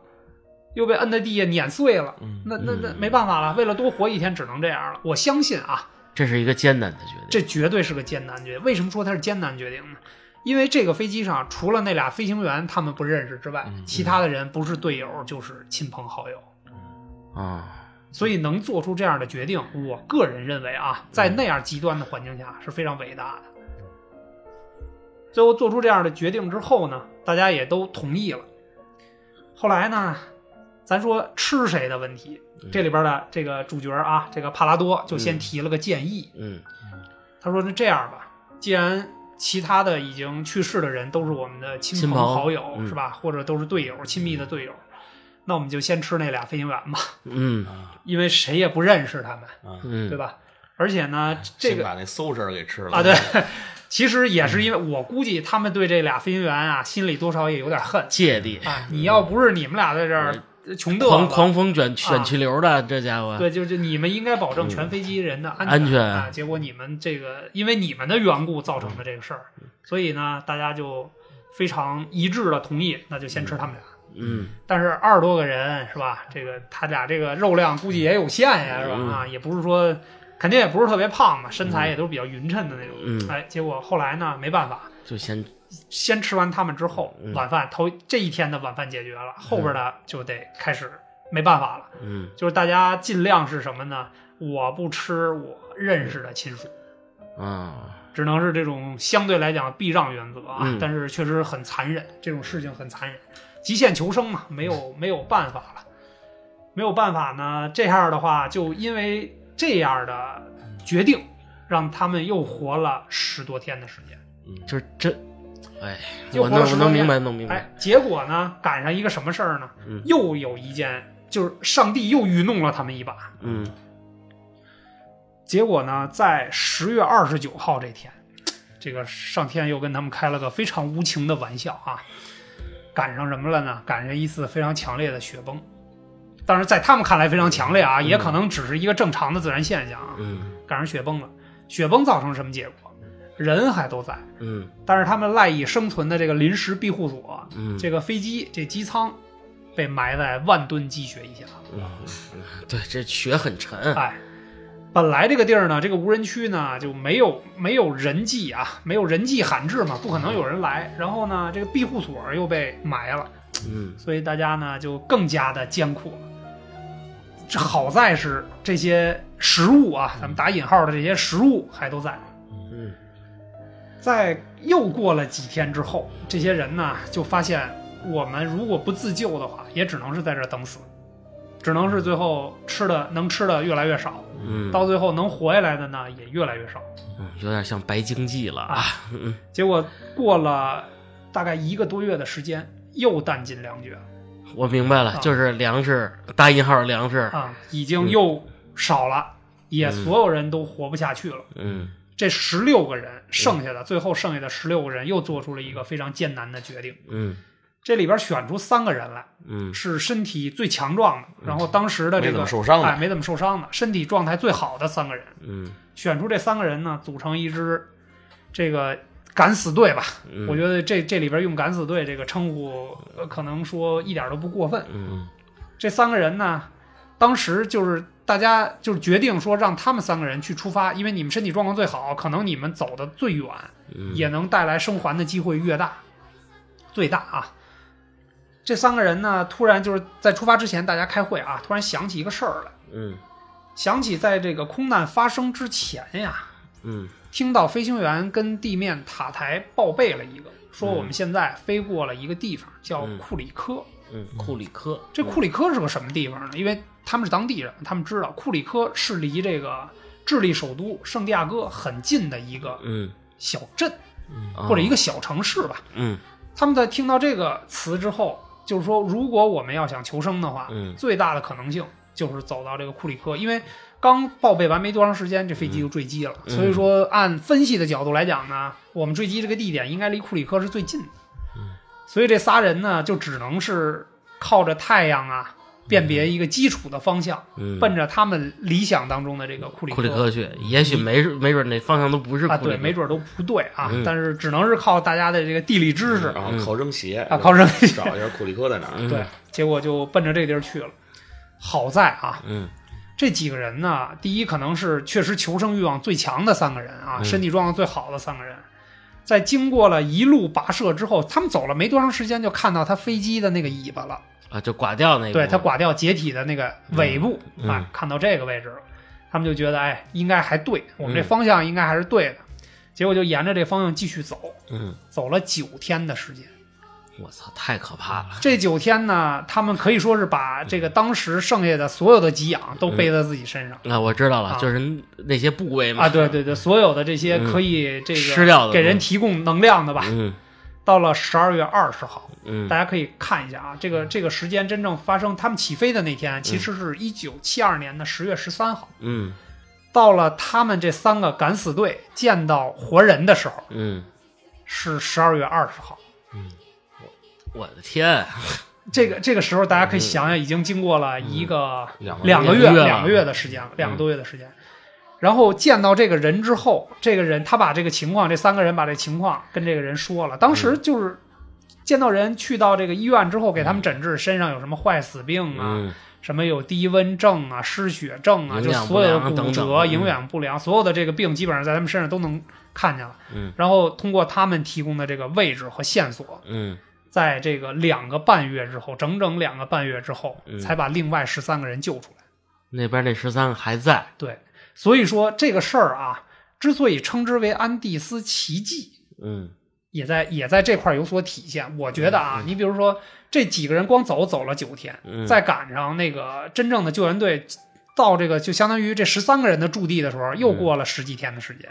C: 又被摁在地下碾碎了
B: 嗯，
C: 那那那
A: 嗯
C: 没办法了，为了多活一天，只能这样了。我相信啊，
A: 这是一个艰难的决定。
C: 这绝对是个艰难决定。为什么说它是艰难决定呢？因为这个飞机上除了那俩飞行员他们不认识之外，其他的人不是队友就是亲朋好友，
A: 啊，
C: 所以能做出这样的决定，我个人认为啊，在那样极端的环境下是非常伟大的。最后做出这样的决定之后呢，大家也都同意了。后来呢，咱说吃谁的问题，这里边的这个主角啊，这个帕拉多就先提了个建议，
A: 嗯
C: 他说：“那这样吧，既然其他的已经去世的人都是我们的亲
A: 亲
C: 朋
A: 朋
C: 好友，
A: 嗯
C: 是吧？或者都是队友，亲密的队友，那我们就先吃那俩飞行员吧，
A: 嗯
C: 因为谁也不认识他们，
A: 嗯，
C: 啊对吧？而且呢，这
B: 先
C: 个
B: 把那馊事儿给吃了
C: 啊，对，其实也
A: 嗯
C: 是因为我估计他们对这俩飞行员啊，心里多少也有点 恨
A: 芥蒂，
C: 啊。你要不是你们俩在这儿穷嘚
A: 狂
C: 瑟
A: 狂风卷
C: 啊
A: 卷气流的，这家伙，
C: 对，就就你们应该保证全飞机人的安
A: 啊嗯安全
C: 啊。结果你们这个因为你们的缘故造成的这个事儿，
A: 嗯
C: 所以呢，大家就非常一致的同意，那就先吃他们俩。
A: 嗯
C: 但是二十多个人是吧？这个他俩这个肉量估计也有限呀，是吧？
A: 嗯
C: 啊，也不是说肯定也不是特别胖嘛，身材也都是比较匀称的那种。
A: 嗯
C: 哎，结果后来呢，没办法，
A: 就先
C: 先吃完他们之后，
A: 嗯
C: 晚饭头这一天的晚饭解决了，后边的就得开始没办法了。
A: 嗯
C: 就是大家尽量是什么呢？我不吃我认识的亲属，
A: 啊，
C: 只能是这种相对来讲避让原则啊。
A: 嗯
C: 但是确实很残忍，这种事情很残忍，极限求生嘛，没有没有办法了，没有办法呢。这样的话，就因为这样的决定，让他们又活了十多天的时间。
A: 就是这，哎，
C: 又
A: 我
C: 活
A: 能
C: 了十
A: 我
C: 多
A: 能
C: 年
A: 明白能明白，
C: 哎，结果呢，赶上一个什么事儿呢？
A: 嗯
C: 又有一件，就是上帝又愚弄了他们一把。
A: 嗯
C: 结果呢，在十月二十九号这天，这个上天又跟他们开了个非常无情的玩笑啊，赶上什么了呢？赶上一次非常强烈的雪崩。但是在他们看来非常强烈啊，也可能只是一个正常的自然现象啊。
A: 嗯
C: 赶上雪崩了，雪崩造成什么结果？人还都在，
A: 嗯
C: 但是他们赖以生存的这个临时庇护所，
A: 嗯，
C: 这个飞机这机舱被埋在万吨积雪以下。
A: 嗯对这雪很沉，
C: 哎，本来这个地儿呢，这个无人区呢就没有没有人迹啊，没有人迹罕至嘛，不可能有人来。然后呢，这个庇护所又被埋了，
A: 嗯
C: 所以大家呢就更加的艰苦了。这好在是这些食物啊，咱们打引号的这些食物还都在。
A: 嗯
C: 在又过了几天之后，这些人呢就发现，我们如果不自救的话，也只能是在这儿等死，只能是最后吃的能吃的越来越少，
A: 嗯，
C: 到最后能活下来的呢也越来越少。
A: 嗯有点像白经济了啊，
C: 结果过了大概一个多月的时间，又弹尽粮绝
A: 我明白了
C: 啊，
A: 就是粮食，大引号粮食，
C: 啊，已
B: 嗯
C: 经又少了，也所有人都活不下去了。
A: 嗯
C: 这十六个人剩下的，最后剩下的十六个人又做出了一个非常艰难的决定。
A: 嗯
C: 这里边选出三个人来，
A: 嗯
C: 是身体最强壮的，然后当时的
B: 嗯
C: 这
B: 没怎
C: 个
B: 么受伤的
C: 哎，没怎么受伤的，身体状态最好的三个人，
A: 嗯
C: 选出这三个人呢，组成一支这个敢死队吧。
A: 嗯，
C: 我觉得这这里边用“敢死队”这个称呼，呃可能说一点都不过分。
A: 嗯
C: 这三个人呢，当时就是大家就是决定说，让他们三个人去出发，因为你们身体状况最好，可能你们走的最远，
A: 嗯
C: 也能带来生还的机会越大，最大啊。这三个人呢，突然就是在出发之前，大家开会啊，突然想起一个事儿来，
A: 嗯
C: 想起在这个空难发生之前呀，
A: 嗯
C: 听到飞行员跟地面塔台报备了一个，说
A: 嗯
C: 我们现在飞过了一个地方叫
A: 嗯
C: 库里科。
A: 嗯，库里科，
C: 这库里科是个什么地方呢？因为他们是当地人，他们知道库里科是离这个智利首都圣地亚哥很近的一个
A: 嗯，
C: 小镇
A: 嗯
C: 或者一
A: 个
C: 个小城市吧。
A: 嗯
C: 他们在听到这个词之后，就是说，如果我们要想求生的话，
A: 嗯
C: 最大的可能性就是走到这个库里科，因为刚报备完没多长时间，这飞机就坠机了。
A: 嗯
C: 所以说，按分析的角度来讲呢，我们坠机这个地点应该离库里科是最近的。
A: 嗯
C: 所以这仨人呢，就只能是靠着太阳啊，辨别一个基础的方向，
A: 嗯，
C: 奔着他们理想当中的这个库里
A: 库
C: 科。
A: 里科去，也许没准没准那方向都不是
C: 啊，
A: 库里
C: 对，
A: 科，
C: 没准都不对啊，
A: 嗯
C: 但是只能是靠大家的这个地理知识
B: 然后靠扔鞋
C: 啊，靠扔 一
B: 找一下库里科在哪儿。
A: 嗯
C: 对，结果就奔着这地儿去了。好在啊，
A: 嗯
C: 这几个人呢，第一可能是确实求生欲望最强的三个人啊，
A: 嗯
C: 身体状况最好的三个人，在经过了一路跋涉之后，他们走了没多长时间，就看到他飞机的那个尾巴了，
A: 啊，就刮掉那个，
C: 对，它刮掉解体的那个尾部、
A: 嗯
C: 啊，看到这个位置了，他们就觉得哎，应该还对，我们这
A: 嗯
C: 方向应该还是对的，结果就沿着这方向继续走，
A: 嗯，
C: 走了九天的时间。
A: 我操，太可怕了，
C: 这九天呢，他们可以说是把这个当时剩下的所有的给养都背在自己身上、
A: 那我知道了
C: 啊，
A: 就是那些部位嘛，
C: 啊，对对对，所有的这些
A: 嗯
C: 可以这个
A: 吃掉的
C: 给人提供能量的吧。
A: 嗯
C: 到了十二月二十号，
A: 嗯
C: 大家可以看一下啊，这个这个时间真正发生他们起飞的那天，其实是一九七二年的十月十三号。
A: 嗯
C: 到了他们这三个敢死队见到活人的时候，
A: 嗯，
C: 是十二月二十号。
A: 我的天，
C: 这个这个时候，大家
A: 嗯
C: 可以想想，已经经过了一个、
B: 两个
C: 两个
A: 月
C: 月
A: 了嗯
C: 两个月的时间了，两个多月的时间。然后见到这个人之后，这个人他把这个情况，这三个人把这情况跟这个人说了。当
A: 嗯
C: 时就是见到人去到这个医院之后，给他们诊治，身上有什么坏死病啊，
A: 嗯
C: 什么有低温症啊、失血症啊，
A: 营
C: 就
A: 养
C: 所有
A: 不良
C: 的骨
A: 等等
C: 折、
A: 嗯
C: 营养不良，所有的这个病基本上在他们身上都能看见了。
A: 嗯
C: 然后通过他们提供的这个位置和线索，
A: 嗯
C: 在这个两个半月之后，整整两个半月之后，
A: 嗯
C: 才把另外十三个人救出来。
A: 那边那十三个还在，
C: 对，所以说这个事儿啊，之所以称之为安第斯奇迹，
A: 嗯
C: 也在也在这块儿有所体现。我觉得啊，你比如说这几个人光走走了九天，
A: 嗯，
C: 再赶上那个真正的救援队到这个就相当于这十三个人的驻地的时候，
A: 嗯
C: 又过了十几天的时间，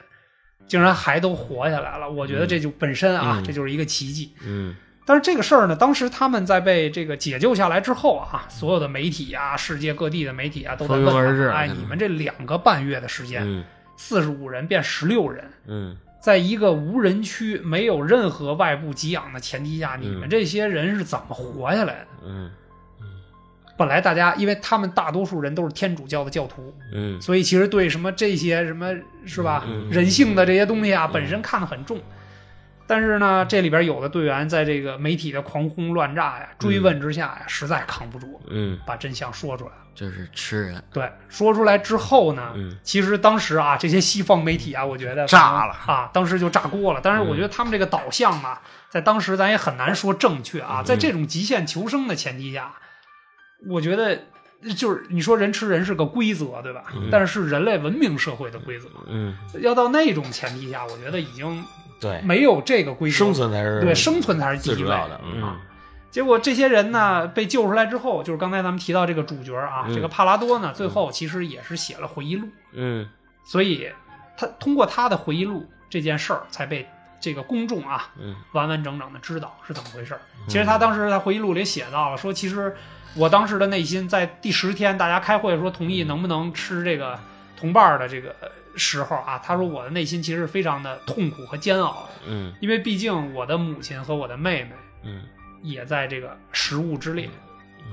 C: 竟然还都活下来了。我觉得这就本身啊，
A: 嗯
C: 这就是一个奇迹。
A: 嗯
C: 但是这个事儿呢，当时他们在被这个解救下来之后啊，所有的媒体啊，世界各地的媒体啊，都在问
A: 蜂拥而至
C: 他哎，
A: 可能
C: 你们这两个半月的时间，
A: 嗯
C: 四十五人变十六人，
A: 嗯
C: 在一个无人区、没有任何外部给养的前提下，你们这些人是怎么活下来的？
A: 嗯
C: 本来大家，因为他们大多数人都是天主教的教徒，
A: 嗯
C: 所以其实对什么这些什么是吧
A: 嗯嗯
C: 人性的这些东西啊，本身看得很重。但是呢，这里边有的队员在这个媒体的狂轰乱炸呀、追问之下呀，实在扛不住，
A: 嗯，
C: 把真相说出来了。
A: 就是吃人，
C: 对，说出来之后呢，
A: 嗯
C: 其实当时啊，这些西方媒体啊，我觉得
B: 炸了嗯
C: 啊，当时就炸锅了。但是我觉得他们这个导向啊，在当时咱也很难说正确
B: 嗯
C: 啊。在这种极限求生的前提下，我觉得就是你说人吃人是个规则，对吧？
B: 嗯
C: 但是是人类文明社会的规则。
A: 嗯，
C: 要到那种前提下，我觉得已经
B: 对，
C: 没有这个规则，
B: 生存才是
C: 对生存才是第
B: 最
C: 一
B: 主
C: 位啊
B: 要的。嗯
A: 嗯，
C: 结果这些人呢被救出来之后，就是刚才咱们提到这个主角啊，
A: 嗯
C: 这个帕拉多呢，最后其实也是写了回忆录，
A: 嗯，
C: 所以他通过他的回忆录这件事儿才被这个公众啊，
A: 嗯
C: 完完整整的知道是怎么回事儿。其实他当时在回忆录里写到了，说其实我当时的内心在第十天大家开会说同意能不能吃这个同伴儿的这个时候啊，他说我的内心其实非常的痛苦和煎熬，
A: 嗯
C: 因为毕竟我的母亲和我的妹妹
A: 嗯
C: 也在这个食物之列。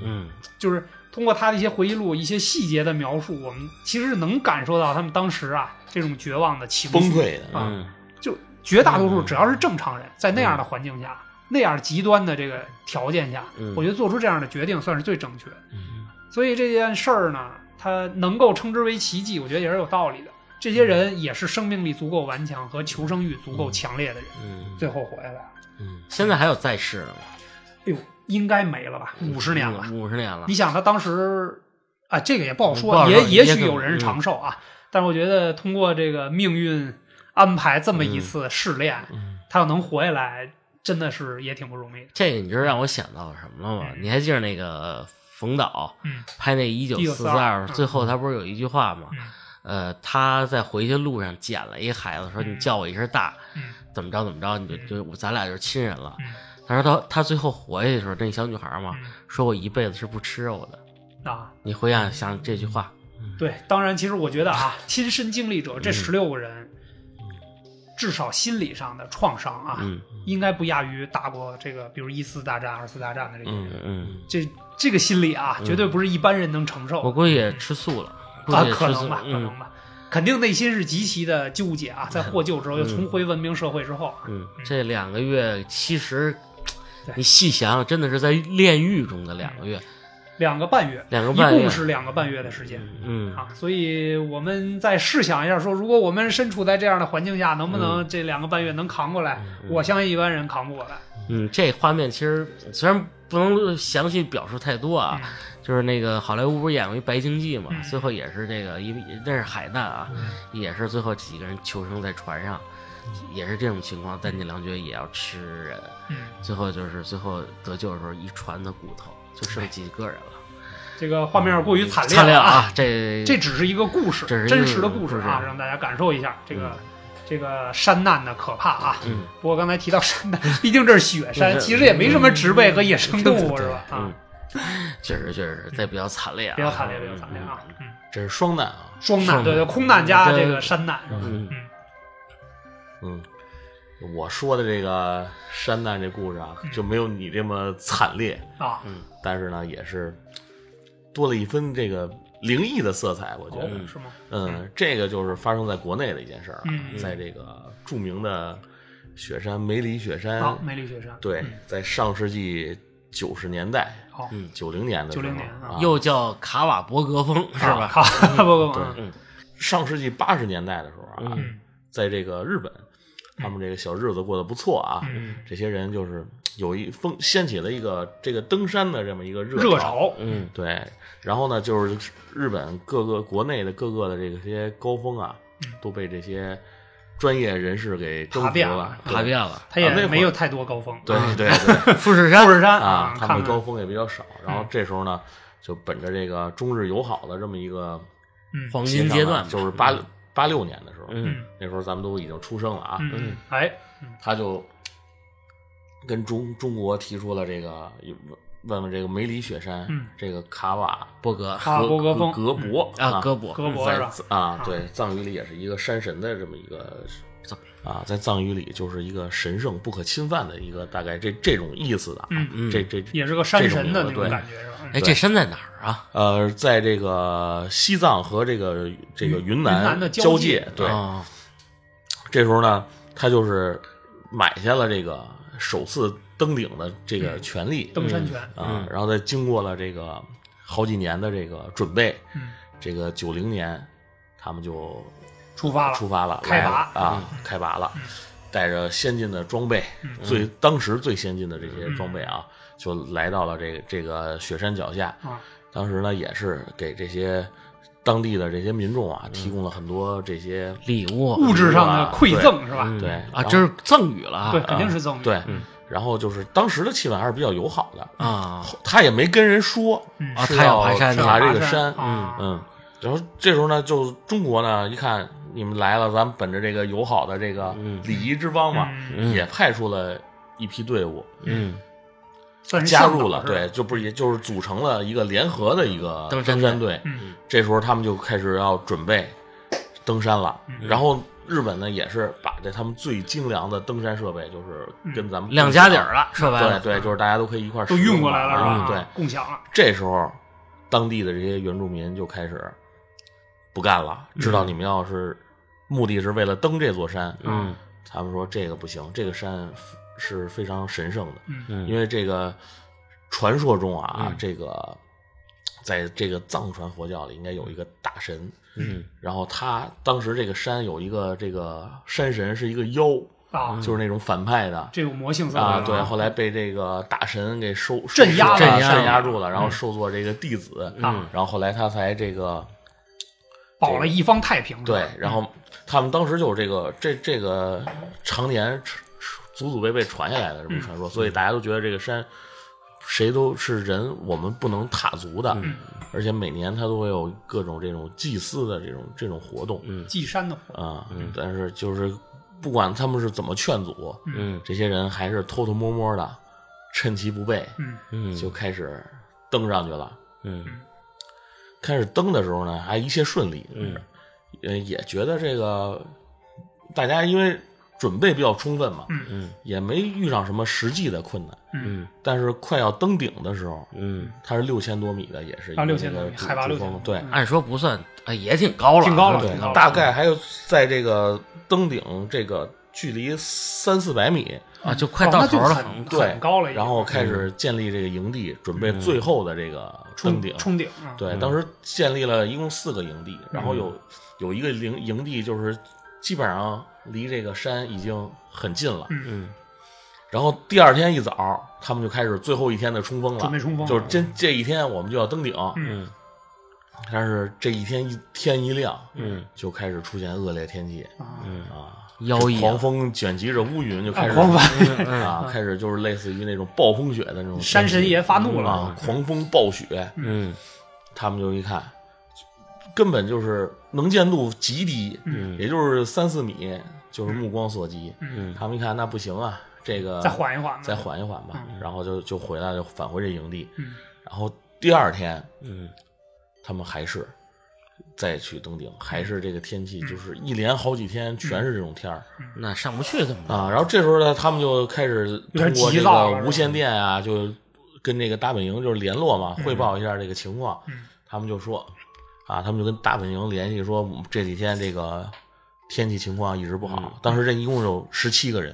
A: 嗯，
C: 就是通过他的一些回忆录、一些细节的描述，我们其实能感受到他们当时啊这种绝望的情
B: 崩。
C: 绪
B: 溃的，
C: 啊
A: 嗯
C: 就绝大多数
A: 嗯
C: 只要是正常人，在那样的环境下、那样极端的这个条件下，
A: 嗯
C: 我觉得做出这样的决定算是最正确的。
B: 嗯
C: 所以这件事儿呢，它能够称之为奇迹，我觉得也是有道理的。这些
A: 嗯
C: 人也是生命力足够顽强和求生欲足够强烈的人，
A: 嗯，
C: 最后活下来了。
B: 嗯，
A: 现在还有在世的吗？
C: 哎呦，应该没了吧？
A: 嗯
C: 五十年了。
A: 五十年了
C: 你，想他当时啊，这个也不好
A: 啊不
C: 说，
A: 好说
C: 也也
A: 也
C: 许
A: 可嗯
C: 有人是长寿啊，但是我觉得通过这个命运安排这么一次试炼，
B: 嗯
C: 他要能活下来，真的是也挺不容易的。
A: 这个你知道让我想到什么了吗？
C: 嗯
A: 你还记得那个冯导
C: 嗯
A: 拍那一九四二，
C: 嗯
A: 最后他不是有一句话吗？
C: 嗯
A: 呃，他在回去路上捡了一个孩子，说
C: 嗯
A: 你叫我一声大，
C: 嗯
A: 怎么着怎么着，你就就我咱俩就是亲人了。
C: 嗯
A: 他说他他最后活下去的时候，那小女孩嘛，
C: 嗯
A: 说我一辈子是不吃肉的。
C: 啊，
A: 你回想想这句话，
C: 对，当然，其实我觉得啊，亲身经历
A: 嗯
C: 者这十六个人，至少心理上的创伤啊，
A: 嗯
C: 应该不亚于打过这个，比如一次大战、二次大战的这些人。
B: 嗯
A: 嗯，
C: 这这个心理啊，绝对不是一般人能承受的。
A: 我估计也吃素了，估
C: 啊
A: 计，也
C: 可
A: 吃素
C: 能吧
A: 了，，
C: 可
A: 嗯
C: 能吧，肯定内心是极其的纠结啊，在获救之后，又重回文明社会之后，
A: 嗯，这两个月其实
C: 对
A: 你细想想，真的是在炼狱中的两个月，
C: 两个半月，
A: 两个
C: 一
A: 半月
C: 共，是两个半月的时间
A: 嗯
C: 啊，所以我们再试想一下，说如果我们身处在这样的环境下，能不
A: 嗯
C: 能这两个半月能扛过来？我相信一般人扛不过来。
A: 嗯，这画面其实虽然不能详细表述太多啊，就是那个好莱坞不是演过一《白鲸记》嘛，
C: 嗯
A: 最后也是这个，因为那是海难啊，也是最后几个人求生在船上，也是这种情况，但那良爵也要吃人，
C: 嗯，
A: 最后就是最后得救的时候，一船的骨头就剩几个人了，
C: 这个画面过于惨
A: 惨烈
C: 烈了啊，
A: 啊！这
C: 这只是一个故事，
A: 这是一个
C: 真实的故事
A: 故事
C: 啊，让大家感受一下这个这个山难的可怕啊。
A: 嗯
C: 不过刚才提到山难，毕竟这是雪山，其实也没什么植被和野生动物是吧？啊
A: 嗯，，确实确实，这比较惨烈啊，
C: 比较惨烈，比较惨烈啊。嗯，
B: 这是双难啊。
C: 双难
A: 双
C: 对对，
A: 难
C: 空难加
A: 对
C: 这个山难是吧？
A: 嗯！嗯
C: 嗯，
B: 嗯，我说的这个山难这故事啊，就没有你这么惨烈，
C: 啊，
A: 嗯
B: 但是呢，也是多了一分这个灵异的色彩，我觉得。
C: 哦是吗？
B: 嗯，这个就是发生在国内的一件事儿啊，
C: 嗯
B: 在这个著名的雪山梅里雪山，
C: 啊，梅里雪山，
B: 嗯对，在上世纪九十年代、
C: 好，
A: 嗯
B: 九零年的时候
C: 90年
B: 啊，
C: 啊
A: 又叫卡瓦伯格峰是
C: 啊
A: 吧？
C: 好，不不不，
B: 对上世纪八十年代的时候啊，
C: 嗯
B: 在这个日本，他们这个小日子过得不错啊，
C: 嗯，
B: 这些人就是有一风掀起了一个这个登山的这么一个热
C: 热潮，
A: 嗯
B: 对，然后呢，就是日本各个国内的各个的这个这些高峰啊，都被这些专业人士给征
C: 嗯爬
B: 服
C: 遍
B: 了
C: 了，
B: 对
A: 爬遍了，嗯
B: 啊
C: 它
B: 那会
C: 也
B: 儿
C: 没有太多高峰，
B: 对
C: 啊
B: 对对
A: 富士山
C: 富士山
B: 啊，他
C: 看
B: 们
C: 看
B: 的高，峰也比较少。然后这时候呢，就本着这个中日友好的这么一个
C: 嗯
A: 黄
B: 协
A: 金
B: 商啊
A: 阶段吧
B: 就是八八六年的时候，
A: 嗯
B: 那时候咱们都已经出生了啊，
C: 嗯，哎，
B: 他就跟中中国提出了这个问问这个梅里雪山，
C: 嗯
B: 这个卡瓦
A: 伯格
C: 卡瓦伯格峰
B: 格博
A: 啊，哥伯
C: 胳膊是吧？
B: 在啊，对，藏语里也是一个山神的这么一个啊，在藏语里就是一个神圣不可侵犯的一个大概这这种意思的啊，
C: 嗯
B: 这这
C: 也是个山神
B: 这
C: 的那
B: 种
C: 种
B: 对
C: 感觉是吧？嗯
A: 哎，这山在哪儿啊？
B: 呃，在这个西藏和这个这个
C: 云
B: 云
C: 南的
B: 南啊
C: 交界
A: 哦
B: 界，对，
A: 啊
B: 这时候呢，他就是买下了这个首次登顶的这个权利
C: 嗯登山权，嗯
B: 啊，然后再经过了这个好几年的这个准备，
C: 嗯，
B: 这个九零年他们就
C: 出发了，
B: 出发了，
C: 开拔
B: 来
C: 嗯
B: 了啊，开拔了，带着先进的装备，最
C: 嗯
B: 当时最先进的这些装备啊，就来到了这个这个雪山脚下。
C: 啊，
B: 当时呢，也是给这些当地的这些民众
C: 嗯
B: 啊，提供了很多这些
A: 礼物
C: 物质上的馈赠是吧？
A: 嗯
B: 啊对
A: 啊，
B: 然后
A: 这是赠予了啊
C: 对，肯定是赠予。
B: 对，然后就是当时的气氛还是比较友好的，
A: 啊
B: 他也没跟人说
C: 嗯
A: 啊
B: 是
A: 他要
B: 要
A: 爬山
C: 是吧，
B: 爬这个
C: 爬
B: 山，
C: 啊，
B: 嗯，然后这时候呢，就中国呢一看你们来了，咱们本着这个友好的这个
A: 嗯
B: 礼仪之邦嘛，
A: 嗯
C: 嗯
B: 也派出了一批队伍
A: 嗯
C: 算是
B: 加
C: 向
B: 入
C: 导
B: 了，
C: 是吧
B: 对，，就不是也就是组成了一个联合的一个
A: 登山
B: 登山队。
C: 嗯
B: 这时候他们就开始要准备登山了，
C: 嗯
B: 然后。日本呢，也是把这他们最精良的登山设备，就是
C: 嗯
B: 跟咱们
A: 亮家底儿了，说白
B: 对
A: 了，
B: 对，就是大家都可以一块儿
C: 都
B: 使用
C: 运过来了是
B: 嘛
C: 吧？
B: 嗯对，
C: 共享了，
B: 这时候，当地的这些原住民就开始不干了，知
C: 嗯
B: 道你们要是目的是为了登这座山，
A: 嗯
B: 他们说这个不行，这个山是非常神圣的，
C: 嗯
A: 嗯，
B: 因为这个传说中啊，
A: 嗯
B: 这个在这个藏传佛教里应该有一个大神，
A: 嗯
B: 然后他当时这个山有一个这个山神是一个妖，
C: 啊，
B: 就是那种反派的，
C: 这有魔性色彩
B: 嗯啊，
C: 了
B: 对，后来被这个大神给收收
C: 镇压
B: 拾了
A: 了
B: 镇压
A: 镇压
B: 住了，然后收做这个弟子，
A: 嗯
B: 然后后来他才这个
C: 啊保了一方太平是吧。
B: 对，然后他们当时就是这个这这个常年祖祖辈辈传下来的这么一传
A: 嗯
B: 说，所以大家都觉得这个山谁都是人，我们不能踏足的，
A: 嗯
C: 嗯
B: 而且每年他都会有各种这种祭祀的这种这种活动
A: 嗯
C: 祭山的活
B: 啊，但是就是不管他们是怎么劝阻，
A: 嗯
B: 这些人还是偷偷摸摸的，趁其不备。
C: 嗯
A: 嗯
B: 就开始登上去了。
A: 嗯
B: 开始登的时候呢，还一切顺利，
A: 嗯
B: 呃，也觉得这个大家因为准备比较充分嘛，
C: 嗯
A: 嗯
B: 也没遇上什么实际的困难。
C: 嗯
A: 嗯
B: 但是快要登顶的时候，
A: 嗯，
B: 它是六千多米的，也是一个
C: 啊6000多米嗯
B: 那个
C: 海拔
B: 主
C: 6000
B: 峰对
C: 嗯
A: 按说不算，啊也挺高了，
C: 挺高了
B: 对
C: 挺高了，
B: 大概还有在这个登顶这个距离三四百米，
A: 啊，就快到头
C: 哦那就
A: 了，嗯
C: 很
B: 嗯对
C: 很高了已经，嗯
B: 然后开始建立这个营地，准备最后的这个登
C: 冲
B: 顶。
C: 冲顶啊，
B: 对，当时建立了一共四个营地，然后
C: 嗯
B: 有有一个营营地就是基本上离这个山已经很近了。
C: 嗯
A: 嗯
B: 然后第二天一早，他们就开始最后一天的冲锋了，
C: 准备冲锋了
B: 就是这这一天我们就要登顶。
C: 嗯
A: 嗯
B: 但是这一天一天一亮，
A: 嗯，
B: 就开始出现恶劣天气
C: 啊
A: 嗯，
B: 啊，
A: 妖异啊
B: 狂风卷集着乌云就开始
C: 啊狂
A: 嗯嗯
B: 啊，开始就是类似于那种暴风雪的那种
C: 山神爷发怒了
B: 啊，狂风暴雪，
A: 嗯
B: 他们就一看，根本就是能见度极低，
C: 嗯
B: 也就是三四米，就是目光所及。
A: 嗯
B: 他们一看，那不行啊，这个
C: 再缓一缓吧，
B: 再缓一缓吧，
C: 嗯
B: 然后就就回来，就返回这营地。
C: 嗯
B: 然后第二天，
A: 嗯
B: 他们还是再去登顶，还是这个天气，就是一连好几天全是这种天儿、
A: 那上不去怎么办？
B: 啊。然后这时候呢，他们就开始
C: 嗯有点
B: 通过
C: 急
B: 这
C: 躁了
B: 个无线电啊，就跟这个大本营就是联络嘛，汇报一下这个情况。
C: 嗯
B: 他们就说啊，他们就跟大本营联系说，我们这几天这个天气情况一直不好。当时这一共有十七个人，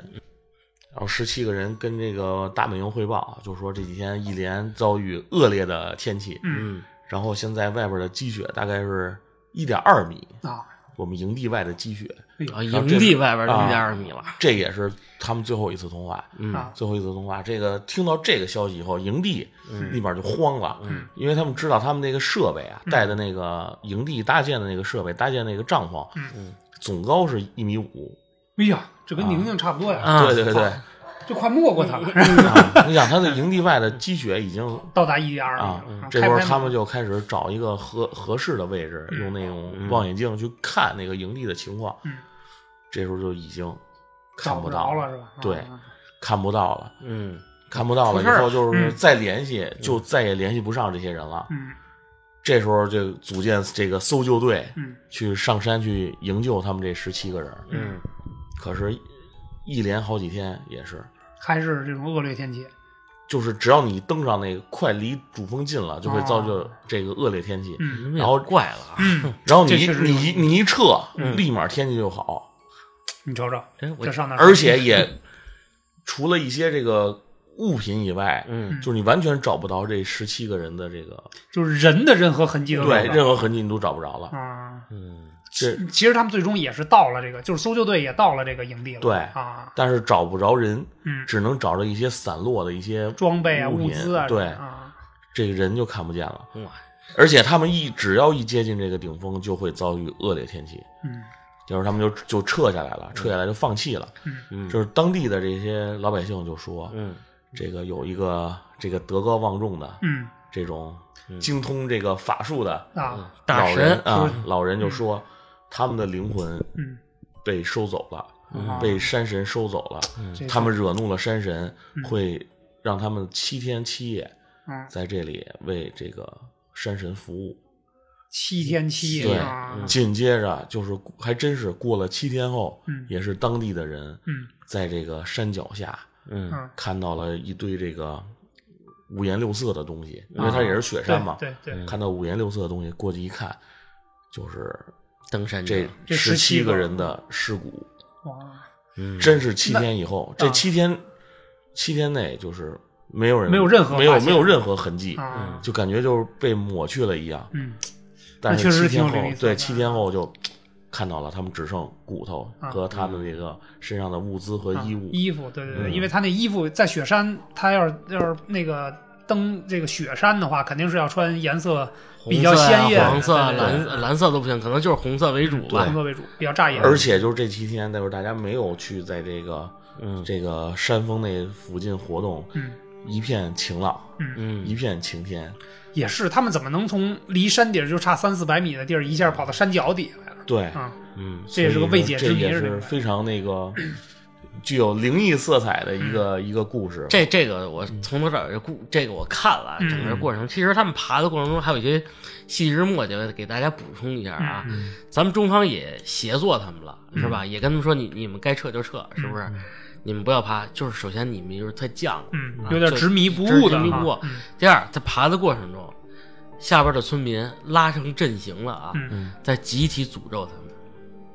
B: 然后十七个人跟这个大本营汇报，就说这几天一连遭遇恶劣的天气，
C: 嗯
A: 嗯
B: 然后现在外边的积雪大概是一点二米，
C: 啊，
B: 我们营地外的积雪，
C: 哎
A: 啊，
C: 呦
A: 营地外边一点二米了，
B: 这也是他们最后一次通话。
A: 嗯
C: 啊
B: 最后一次通话，这个听到这个消息以后，营地立马就慌了，
C: 嗯
B: 因为他们知道他们那个设备啊，带的那个营地搭建的那个设备，搭建那个帐篷，
C: 嗯
B: 总高是一米五，
C: 哎呀，这跟宁宁差不多呀，
A: 啊
B: 对对对对，
C: 就快没过他了，
B: 啊你想他的营地外的积雪已经
C: 到达一点二
B: 啊
C: 米了，，
B: 这时候
C: 嗯开拍
B: 他们就开始找一个合合适的位置，用那种望远镜去看那个营地的情况，
C: 嗯
B: 这时候就已经看
C: 找
B: 不
C: 不
B: 到
C: 着了是吧？啊
B: 对，看不到了。
A: 嗯
B: 看不到
A: 出
B: 了，以
A: 事儿
B: 后就是
C: 嗯
B: 再联系，就再也联系不上这些人了。
C: 嗯
B: 这时候就组建这个搜救队，
C: 嗯
B: 去上山去营救他们这十七个人。
A: 嗯
B: 可是，一连好几天也是，
C: 还是这种恶劣天气，
B: 就是只要你登上那个快离主峰近了，就会造就这个恶劣天气。
C: 哦嗯
A: 然后怪了啊，
C: 嗯，
B: 然后你
C: 这确实有嗯
B: 你你一撤，立马天气就好，
C: 你瞅瞅，
A: 哎这我
C: 啊这上那儿
B: 而且也除了一些这个物品以外，
A: 嗯
B: 就是你完全找不着这十七个人的这个
C: 就是人的任何痕迹都
B: 对任
C: 何
B: 何痕迹，你都找不着了。
C: 啊。
A: 嗯
B: 这
C: 其实他们最终也是到了这个，就是搜救队也到了这个营地了。
B: 对
C: 啊，
B: 但是找不着人，
C: 嗯，
B: 只能找着一些散落的一些
C: 装备啊、
B: 物
C: 物
B: 品
C: 资啊，
B: 对
C: 啊，
B: 这个人就看不见了。
A: 哇，
B: 而且他们一只要一接近这个顶峰，就会遭遇恶劣天气，
C: 嗯
B: 就是他们就就撤下来了，撤下来就放弃了。
A: 嗯
B: 就是当地的这些老百姓就说，
A: 嗯
B: 这个有一个这个德高望重的
C: 嗯
B: 这种
A: 嗯
B: 精通这个法术的
C: 啊，
A: 大
B: 老人
A: 神
B: 啊
C: 嗯，
B: 老人就说，他们的灵魂
C: 嗯，
B: 被收走了，
A: 嗯
C: 啊
B: 被山神收走了，
C: 这
B: 他们惹怒了山神
C: 嗯，
B: 会让他们七天七夜
C: 嗯
B: 在这里为这个山神服务。
C: 七天七
B: 对嗯
C: 夜啊，
B: 紧接着就是还真是过了七天后
C: 嗯，
B: 也是当地的人
C: 嗯
B: 在这个山脚下
A: 嗯
C: 嗯，
B: 看到了一堆这个五颜六色的东西，因为它也是雪
C: 对
B: 山嘛，
C: 啊对对，
B: 看到五颜六色的东西，过去一看，就是
A: 登山者
B: 这
C: 这
B: 十七
C: 17
B: 个
C: 个嗯
B: 人的尸骨，
C: 哇，
A: 嗯
B: 真是七天以后，这
C: 啊
B: 七天七天内就是没有人
C: 没有任何
B: 没有
C: 发现
B: 没有任何痕迹，
C: 啊，
B: 就感觉就是被抹去了一样。
C: 嗯
B: 但
C: 那
B: 是
C: 确实
B: 七天
C: 挺有灵异
B: 后，
C: 色
B: 对
C: 彩
B: 七天后就看到了他们只剩骨头
C: 啊
B: 和他们那个身上的物资和
C: 啊
B: 衣物。
C: 衣服，对对对，
B: 嗯
C: 因为他那衣服在雪山，他要是要是那个登这个雪山的话，肯定是要穿颜色比较
A: 红色啊
C: 鲜艳的
A: 黄色、
C: 对对对
B: 啊
A: 蓝蓝色都不行，可能就是红色为主吧
C: 红。色为主，比较扎眼。
B: 而且就是这七天，就是大家没有去在这个
A: 嗯
B: 这个山峰那附近活动，
C: 嗯
B: 一片晴朗，
A: 嗯
B: 一片晴天。
C: 也是，他们怎么能从离山顶就差三四百米的地儿，一下跑到山脚底下来了？
B: 对，
C: 啊，
A: 嗯
C: 这也是个未解之谜
B: 这也
C: 是这
B: 是
C: 个
B: 非常那个具有灵异色彩的一
C: 嗯
B: 个一个故事。
A: 这这个我从头到尾故这个我看了
C: 嗯
A: 整个过程，其实他们爬的过程中还有一些细枝末节，给大家补充一下啊。
C: 嗯
A: 咱们中方也协作他们了，是吧？也跟他们说你你们该撤就撤，是不是？你们不要爬，就是首先你们就是太犟了，
C: 嗯
A: 啊，
C: 有点
A: 这
C: 执迷不
A: 执
C: 悟的
A: 迷
C: 哈
A: 不悟
C: 嗯
A: 第二，在爬的过程中，下边的村民拉成阵型了啊，
C: 嗯
A: 在集体诅咒他们。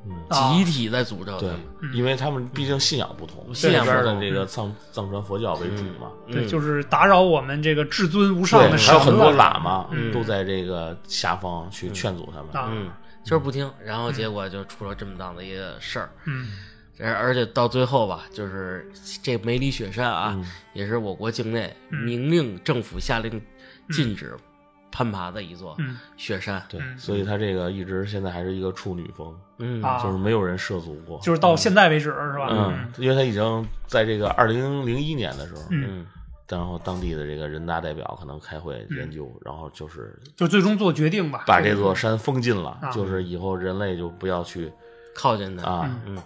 B: 嗯
C: 啊
A: 集体在诅咒他
B: 对
A: 们，，
C: 嗯
B: 因为他们毕竟信仰不同，
A: 信仰
B: 这边
A: 不
B: 的
A: 同
B: 这个藏藏传佛教为主嘛。
C: 对，
A: 嗯
C: 就是打扰我们这个至尊无上
B: 对，
C: 的神
B: 还有很多喇
C: 了。
B: 嘛
A: 嗯
B: 都在这个下方去劝阻他
C: 啊
B: 们。
A: 嗯，就是不听，然后结果就出了这么档的一个事儿。
C: 嗯
A: 而而且到最后吧，就是这梅里雪山啊，也是我国境内明令政府下令禁止攀爬的一座
C: 嗯
A: 雪山。
B: 对，
C: 嗯
B: 所以他这个一直现在还是一个处女峰，
A: 嗯，
C: 啊，
B: 就是没有人涉足过。
C: 就是到现在为止是吧？
B: 嗯，因为他已经在这个二零零一年的时候，
C: 嗯，
B: 然后当地的这个人大代表可能开会研究，
C: 嗯
B: 然后就是
C: 就最终做决定吧。
B: 把这座山封禁了，
C: 啊
B: 就是以后人类就不要去
A: 靠近它，
B: 啊，
C: 他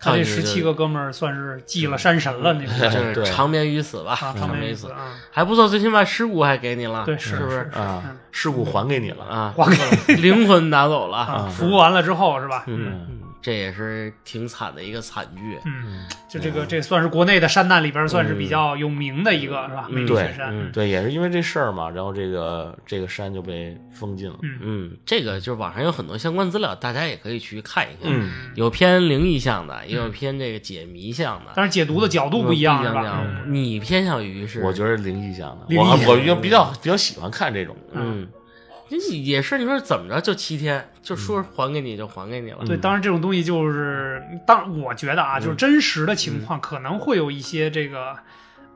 A: 靠
C: 这嗯
A: 近
C: 十
A: 它
C: 七个哥们儿算是祭了山神了，那
A: 就
C: 个
A: 就是
B: 对
A: 长眠于此吧，
C: 啊，
A: 长
C: 长
A: 眠于
C: 意
A: 此
C: 思啊，
A: 还不错，最起码尸骨还给你了，
C: 对，
A: 是
C: 是
A: 不
C: 是
A: 是？
B: 啊，事故还给你了。
A: 啊，
C: 还给
A: 灵魂拿走了，
C: 啊，服务完了之后是吧？
B: 嗯，
A: 这也是挺惨的一个惨剧。
C: 嗯，就这个这算是国内的山难里边算是比较有名的一个是吧？梅里雪
B: 对
C: 山，
A: 嗯
B: 对，也是因为这事儿嘛，然后这个这个山就被封禁了。
A: 嗯，这个就是网上有很多相关资料，大家也可以去看一看。
B: 嗯，
A: 有偏灵异向的，也有偏这个解谜向的，
C: 但是解读的角度不一样是
A: 不
C: 吧？嗯
A: 你偏向于是，
B: 我觉得灵异向的，
C: 灵异
B: 我
C: 向的
B: 我比较比较比较喜欢看这种。
A: 嗯，那你也是，你说怎么着就七天，就说还给你就还给你了。
C: 对，当然这种东西就是，当我觉得啊，就是真实的情况可能会有一些这个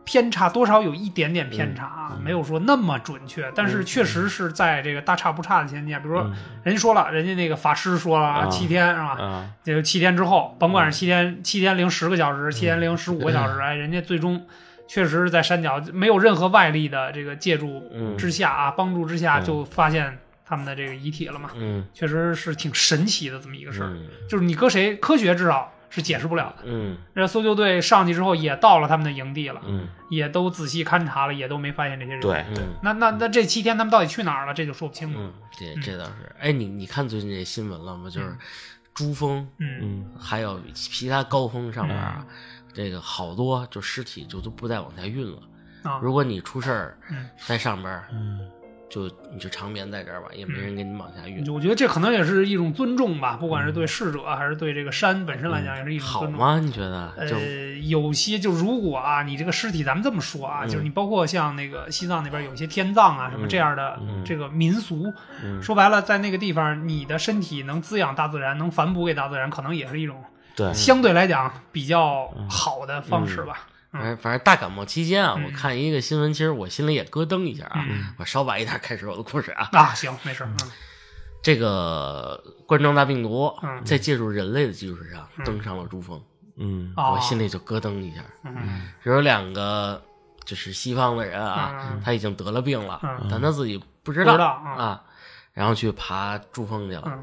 C: 偏差，多少有一点点偏差啊，没有说那么准确，但是确实是在这个大差不差的前提下，比如说人家说了，人家那个法师说了嗯啊
B: 啊
C: 七天是吧？
B: 啊，
C: 也就七天之后，甭
B: 嗯
C: 管是七天、七天零十个小时、七天零十五个 小时，哎，人家最终确实是在山脚没有任何外力的这个借助
B: 嗯
C: 之下啊，帮助之下就发现他们的这个遗体了嘛，
A: 嗯
C: 确实是挺神奇的这么一个事儿。
B: 嗯
C: 就是你搁谁，科学至少是解释不了的。
A: 嗯
C: 那搜救队上去之后，也到了他们的营地了，
B: 嗯，
C: 也都仔细勘察了，也都没发现这些人。，
B: 对，
A: 嗯
C: 那那那这七天他们到底去哪儿了？这就说不清楚。
A: 嗯，这这倒是。哎，你你看最近这新闻了吗？就是珠峰，
C: 嗯
B: 嗯
A: 还有其他高峰上面啊，这个好多就尸体就都不再往下运了。
C: 啊，
A: 如果你出事儿
C: 嗯，
A: 在上边儿
B: 嗯，
A: 就你就长眠在这儿吧，也没人给你往下运。
C: 嗯我觉得这可能也是一种尊重吧，不管是对逝者啊还是对这个山本身来讲，也是一
A: 嗯
C: 种
A: 好
C: 尊重。
A: 吗？你觉得？就
C: 呃，有些就如果啊，你这个尸体，咱们这么说啊，
A: 嗯
C: 就是你包括像那个西藏那边有些天葬啊什么这样的
A: 嗯
C: 这个民俗，说白了，在那个地方，你的身体能滋养大自然，能反哺给大自然，可能也是一种
B: 对，
C: 相对来讲比较
A: 嗯
C: 好的方式吧。
A: 反正反正大感冒期间啊，我
C: 嗯
A: 看一个新闻，其实我心里也咯噔一下啊。我稍晚一点开始我的故事啊。
C: 啊，行，没事，嗯
A: 这个冠状大病毒
C: 嗯
A: 在借助人类的基础上登上了珠峰，
B: 嗯
C: 啊，
A: 我心里就咯噔一下。
C: 嗯
A: 有两个就是西方的人啊，
C: 嗯
A: 他已经得了病了，
C: 嗯
A: 但他自己不知
C: 不知道嗯
A: 啊，然后去爬珠峰去了，
C: 嗯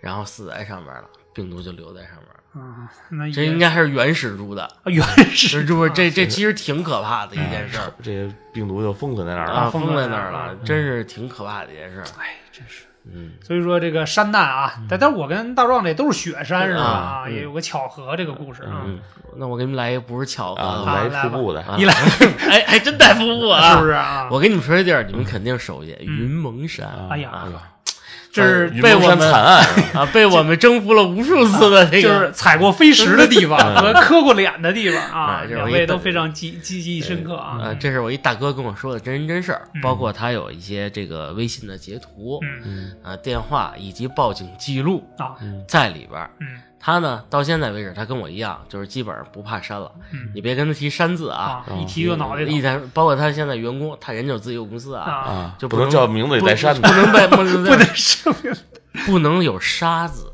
A: 然后死在上面了，病毒就留在上面了。
C: 嗯，那也
A: 这应该还是原始猪的，
C: 啊原始
A: 是不是？
C: 啊
A: 这这其实挺可怕的一件事儿
B: 这些病毒就封存在那儿了。
A: 哦啊，
C: 封
A: 封在
C: 在
A: 那
C: 那
A: 儿
C: 儿
A: 了，真是挺可怕的一件事儿。
C: 哎，真是。
A: 嗯，
C: 所以说这个山难啊，但但是我跟大壮这都是雪山是吧？
A: 啊
C: 啊，也有个巧合这个故事啊。
A: 嗯，那我给你们来一个不是巧合
B: 啊，
A: 的吧，
B: 来
C: 来
B: 徒步的，
C: 一来
A: 哎，还真带服务 啊！
C: 是不是啊？
A: 我跟你们说这地儿，你们肯定熟悉，云蒙山。
C: 哎呀
A: 啊
C: 这是
B: 云
A: 被
B: 蒙
A: 我
B: 山
A: 们
B: 惨案是吧
A: 啊，被我们征服了无数次的这
C: 就
A: 个，嗯
C: 是踩过飞石的地 方和磕过脸的地方啊，
A: 哎这是我
C: 两
A: 一
C: 位
A: 等
C: 都非常记记记忆深刻啊。
A: 呃，这是我一大哥跟我说的真人真事儿，包括他有一些这个微信的截图，
C: 嗯
A: 啊，电话以及报警记录
C: 啊
A: 在里边儿。
C: 嗯
A: 他呢，到现在为止，他跟我一样，就是基本上不怕删了。
C: 嗯
A: 你别跟他提删字啊，
C: 啊，一提就脑袋
A: 一
C: 疼
A: 谈，包括他现在员工，他人家有自己有公司啊，
C: 啊，
B: 啊，
A: 就
B: 不
A: 不
B: 能
A: 能
B: 叫名字也带山
A: 不
B: 的，
A: 能被 不能
C: 不能
A: 被
C: 生病
A: 不能有沙字，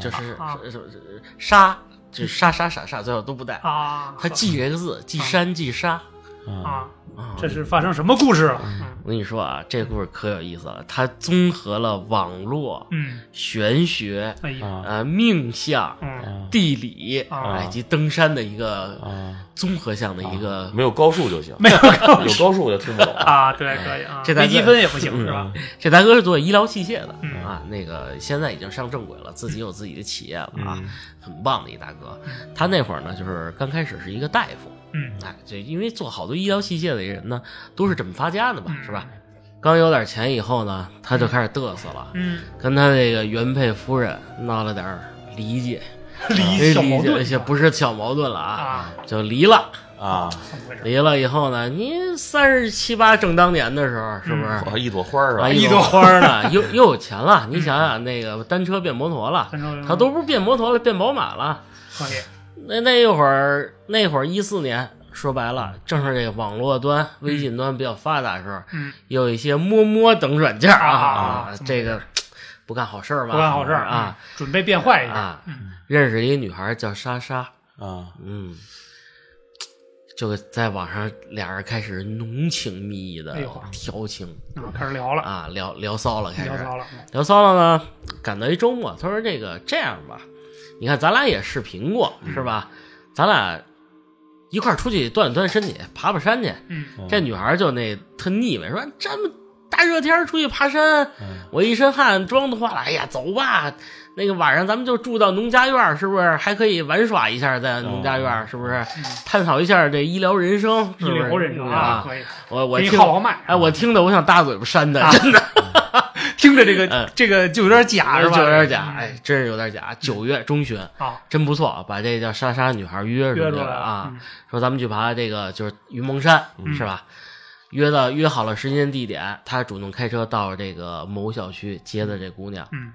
A: 就是
C: 啊
A: 是是是沙，就是沙沙沙沙，最后都不带。
C: 啊。
A: 他记这个字，记山记沙
B: 啊
C: 啊，
A: 啊。
C: 这是发生什么故事了？
A: 我跟你说啊，这故事可有意思了，它综合了网络、
C: 嗯，
A: 玄学、
C: 哎呀，
B: 啊
A: 呃命相、
C: 嗯
A: 地理
C: 啊
A: 以及登山的一个
B: 啊，
A: 综合项的一个。
B: 没有高数就行，
C: 没有
B: 有高数我就听不懂 了。
C: 啊，对，可以啊，
A: 哎这大
C: 微
A: 哥
C: 积分也不行是吧？
A: 这大哥是做医疗器械的
C: 嗯
A: 啊，那个现在已经上正轨了，自己有自己的企业了
C: 嗯
A: 啊，很棒的一大哥。他那会儿呢，就是刚开始是一个大夫，
C: 嗯
A: 哎，就因为做好多医疗器械的人呢，都是怎么发家的
C: 嗯
A: 嘛，是吧？刚有点钱以后呢，他就开始嘚瑟了，
C: 嗯，
A: 跟他这个原配夫人闹了点儿离 界，啊
C: 理小
A: 离
C: 矛
A: 界
C: 盾
A: 而且不是小矛盾了啊，
C: 啊，
A: 就离了。
B: 啊，
C: 怎么回事？
A: 离了以后呢，你三十七八正当年的时候，是不
C: 嗯
A: 是？
B: 哇一朵花儿
A: 啊，
C: 哎
B: 啊，
A: 一朵花儿呢，又又有钱了。你想 想，那个单车变摩托了
C: 单车变摩，托
A: 他都不是变摩托了，变宝马了。
C: 可以，
A: 那那会儿，那会儿一四年，说白了，正是这个网络端、微信端比较发达的时候，
C: 嗯
A: 有一些摸摸等软件啊，
C: 啊啊啊怎么
A: 这个不干好事儿嘛，
C: 不干好事儿嗯
A: 啊，
C: 准备变坏一下。
A: 啊，认识一女孩叫莎莎，
B: 啊，
A: 嗯，就在网上俩人开始浓情蜜意的
C: 哎呦
A: 调情
C: 啊，开始聊了，
A: 啊，聊聊骚了，开始
C: 聊骚了，
A: 聊骚了呢，赶到一周末，他说这个这样吧，你看咱俩也视频过
C: 嗯
A: 是吧？咱俩一块儿出去锻炼锻炼身体，爬爬山去。
C: 嗯
A: 这女孩就那特腻歪，说哎这么大热天儿出去爬山，我一身汗妆都化了。哎呀，走吧，那个晚上咱们就住到农家院儿，是不是？还可以玩耍一下，在农家院
C: 哦
A: 儿，是不是？探讨一下这医疗人生，
C: 一
A: 是不是
C: 聊嗯人生
A: 啊！
C: 可以，啊
A: 我我
C: 给你
A: 听，
C: 号号脉，
A: 哎，我听的我想大嘴巴扇 他，真的
C: 听着这个
A: 嗯
C: 这个就有点假是吧？嗯
A: 就有点假，哎，真是有点假。九月中旬。
C: 啊，
A: 真不错，把这叫莎莎女孩约
C: 约
A: 出
C: 出
A: 去
C: 来了嗯
A: 啊！说咱们去爬这个就是云蒙山，是吧？约到约好了时间地点，他主动开车到这个某小区接的这姑娘。
C: 嗯，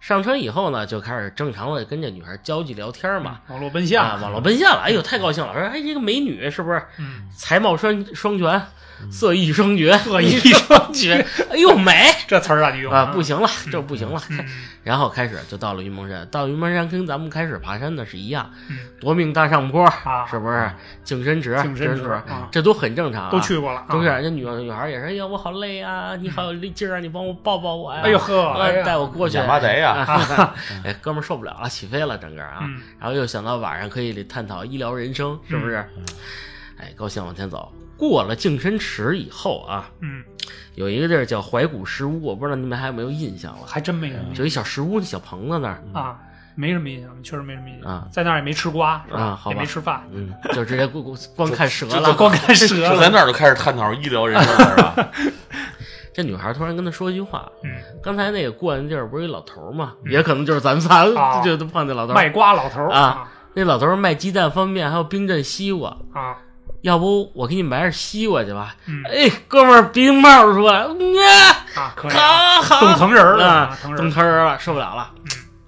A: 上车以后呢，就开始正常的跟这女孩交际聊天嘛，
C: 网络奔
A: 啊，
C: 向，
A: 网络奔现了，哎呦，太高兴了！说哎，这个美女是不是
C: 嗯，
A: 才貌双双全，色艺双绝，
C: 色 艺双
A: 绝，哎呦美！
C: 这词儿咋就用
A: 啊，不，行了，这不行了。
C: 嗯
A: 然后开始就到了云蒙山，到云蒙山跟咱们开始爬山的是一样
C: 嗯，
A: 夺命大上坡
C: 啊
A: 是不是？净身池，
C: 净身池
A: 这是
C: 啊
A: 这都很正常啊，
C: 都去过了，
A: 都是。人家女女孩也是，哎呀，我好累啊，你好有力劲儿啊，你帮我抱抱我呀，
C: 哎呦呵，哎
A: 呃，
C: 呀
A: 带我过去。
B: 亚麻得呀，
A: 啊，哎，哥们儿受不了了，起飞了，整个啊
C: 嗯，
A: 然后又想到晚上可以探讨医疗人生，是不是？哎，高兴往前走，过了净身池以后啊，
C: 嗯，
A: 有一个地儿叫怀古石屋，我不知道你们还有没有印象了。
C: 还真没什么
A: 就一小石屋，那小棚子那儿，
C: 啊，没什么印象，确实没什么印
A: 啊
C: 象，在那儿也没吃瓜是
A: 啊
C: 吧？
A: 好
C: 也
A: 吧
C: 没吃饭，
A: 嗯，就直 接光光光看蛇
C: 就
A: 了。
C: 光看蛇
B: 就在
C: 了。
B: 那儿就开始探讨医疗人生了，是吧？
A: 这女孩突然跟他说一句话
C: 嗯，：“
A: 刚才那个过来那地儿不是一老头吗？也可能就是咱们仨
C: 啊
A: 就就碰见老头儿。
C: 卖瓜老头儿
A: 啊那老头儿卖鸡蛋、方便面，还有冰镇西瓜。
C: 啊，
A: 要不我给你买点西瓜去吧？
C: 嗯
A: 哎，哥们儿，鼻涕冒出来，嗯啊，
C: 啊，可以
A: 好
C: 啊，
A: 好，
C: 冻疼人儿了嗯
A: 啊
C: 啊，疼人
A: 冻
C: 儿
A: 疼人了，受不了了。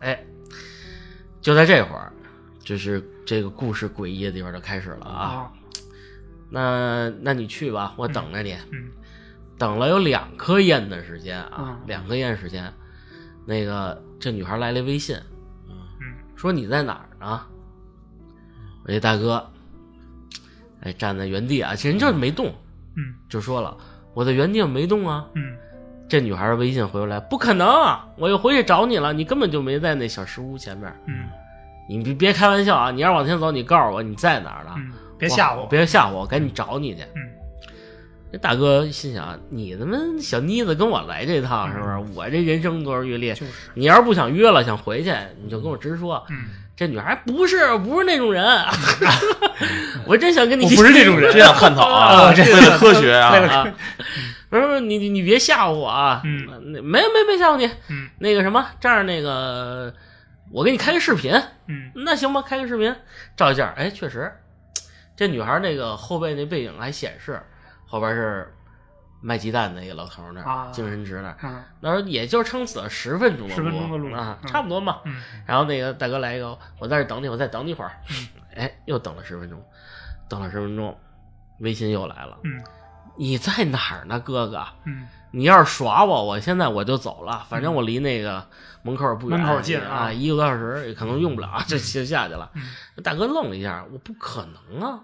A: 哎，就在这会儿，就是这个故事诡异的地方就开始了啊。
C: 啊，
A: 那那你去吧，我等着你。
C: 嗯
A: 等了有两颗烟的时间啊
C: 嗯，
A: 两颗烟时间，那个这女孩来了一微信，
C: 嗯
A: 说你在哪儿呢？我这大哥，哎，站在原地啊，其实人就是没动，
C: 嗯
A: 就说了我在原地没动啊。
C: 嗯，
A: 这女孩微信回过来，不可能啊，我又回去找你了，你根本就没在那小石屋前面。
C: 嗯
A: 你别别开玩笑啊！你要是往前走，你告诉我你在哪儿呢？
C: 嗯，别吓
A: 我
C: 我，
A: 别吓唬我，赶紧找你去。
C: 嗯
A: 这大哥心想：你他妈小妮子跟我来这套是不是？我这人生多少阅历？
C: 嗯就是，
A: 你要是不想约了，想回去，你就跟我直说。
C: 嗯，
A: 这女孩不是不是那种人，我真想跟你
C: 嗯 我不是 这种人
B: 真想探讨啊，
C: 啊这
B: 为了科学啊
C: 为，了
A: 啊！不是不是，你你你别吓唬我啊！
C: 嗯
A: 那，没没没吓唬你。
C: 嗯
A: 那个什么，这样那个，我给你开个视频，
C: 嗯
A: 那行吧？开个视频照一下，哎，确实，这女孩那个后背那背影还显示后边是卖鸡蛋的一个老头那儿，
C: 啊
A: 精神值那儿。
C: 啊，
A: 那时候也就撑死了十分钟的
C: 10分钟的路
A: 啊，
C: 嗯
A: 差不多嘛。
C: 嗯
A: 然后那个大哥来一个，我在这儿等你，我再等你一会儿。
C: 嗯
A: 哎，又等了十分钟，等了十分钟，微信又来了，
C: 嗯
A: 你在哪儿呢，哥哥？
C: 嗯
A: 你要是耍我，我现在我就走了，反正我离那个门口不远，
C: 门口近啊
A: 啊，一个多小时也可能用不了，就就下去了。大哥愣了一下，我不可能啊，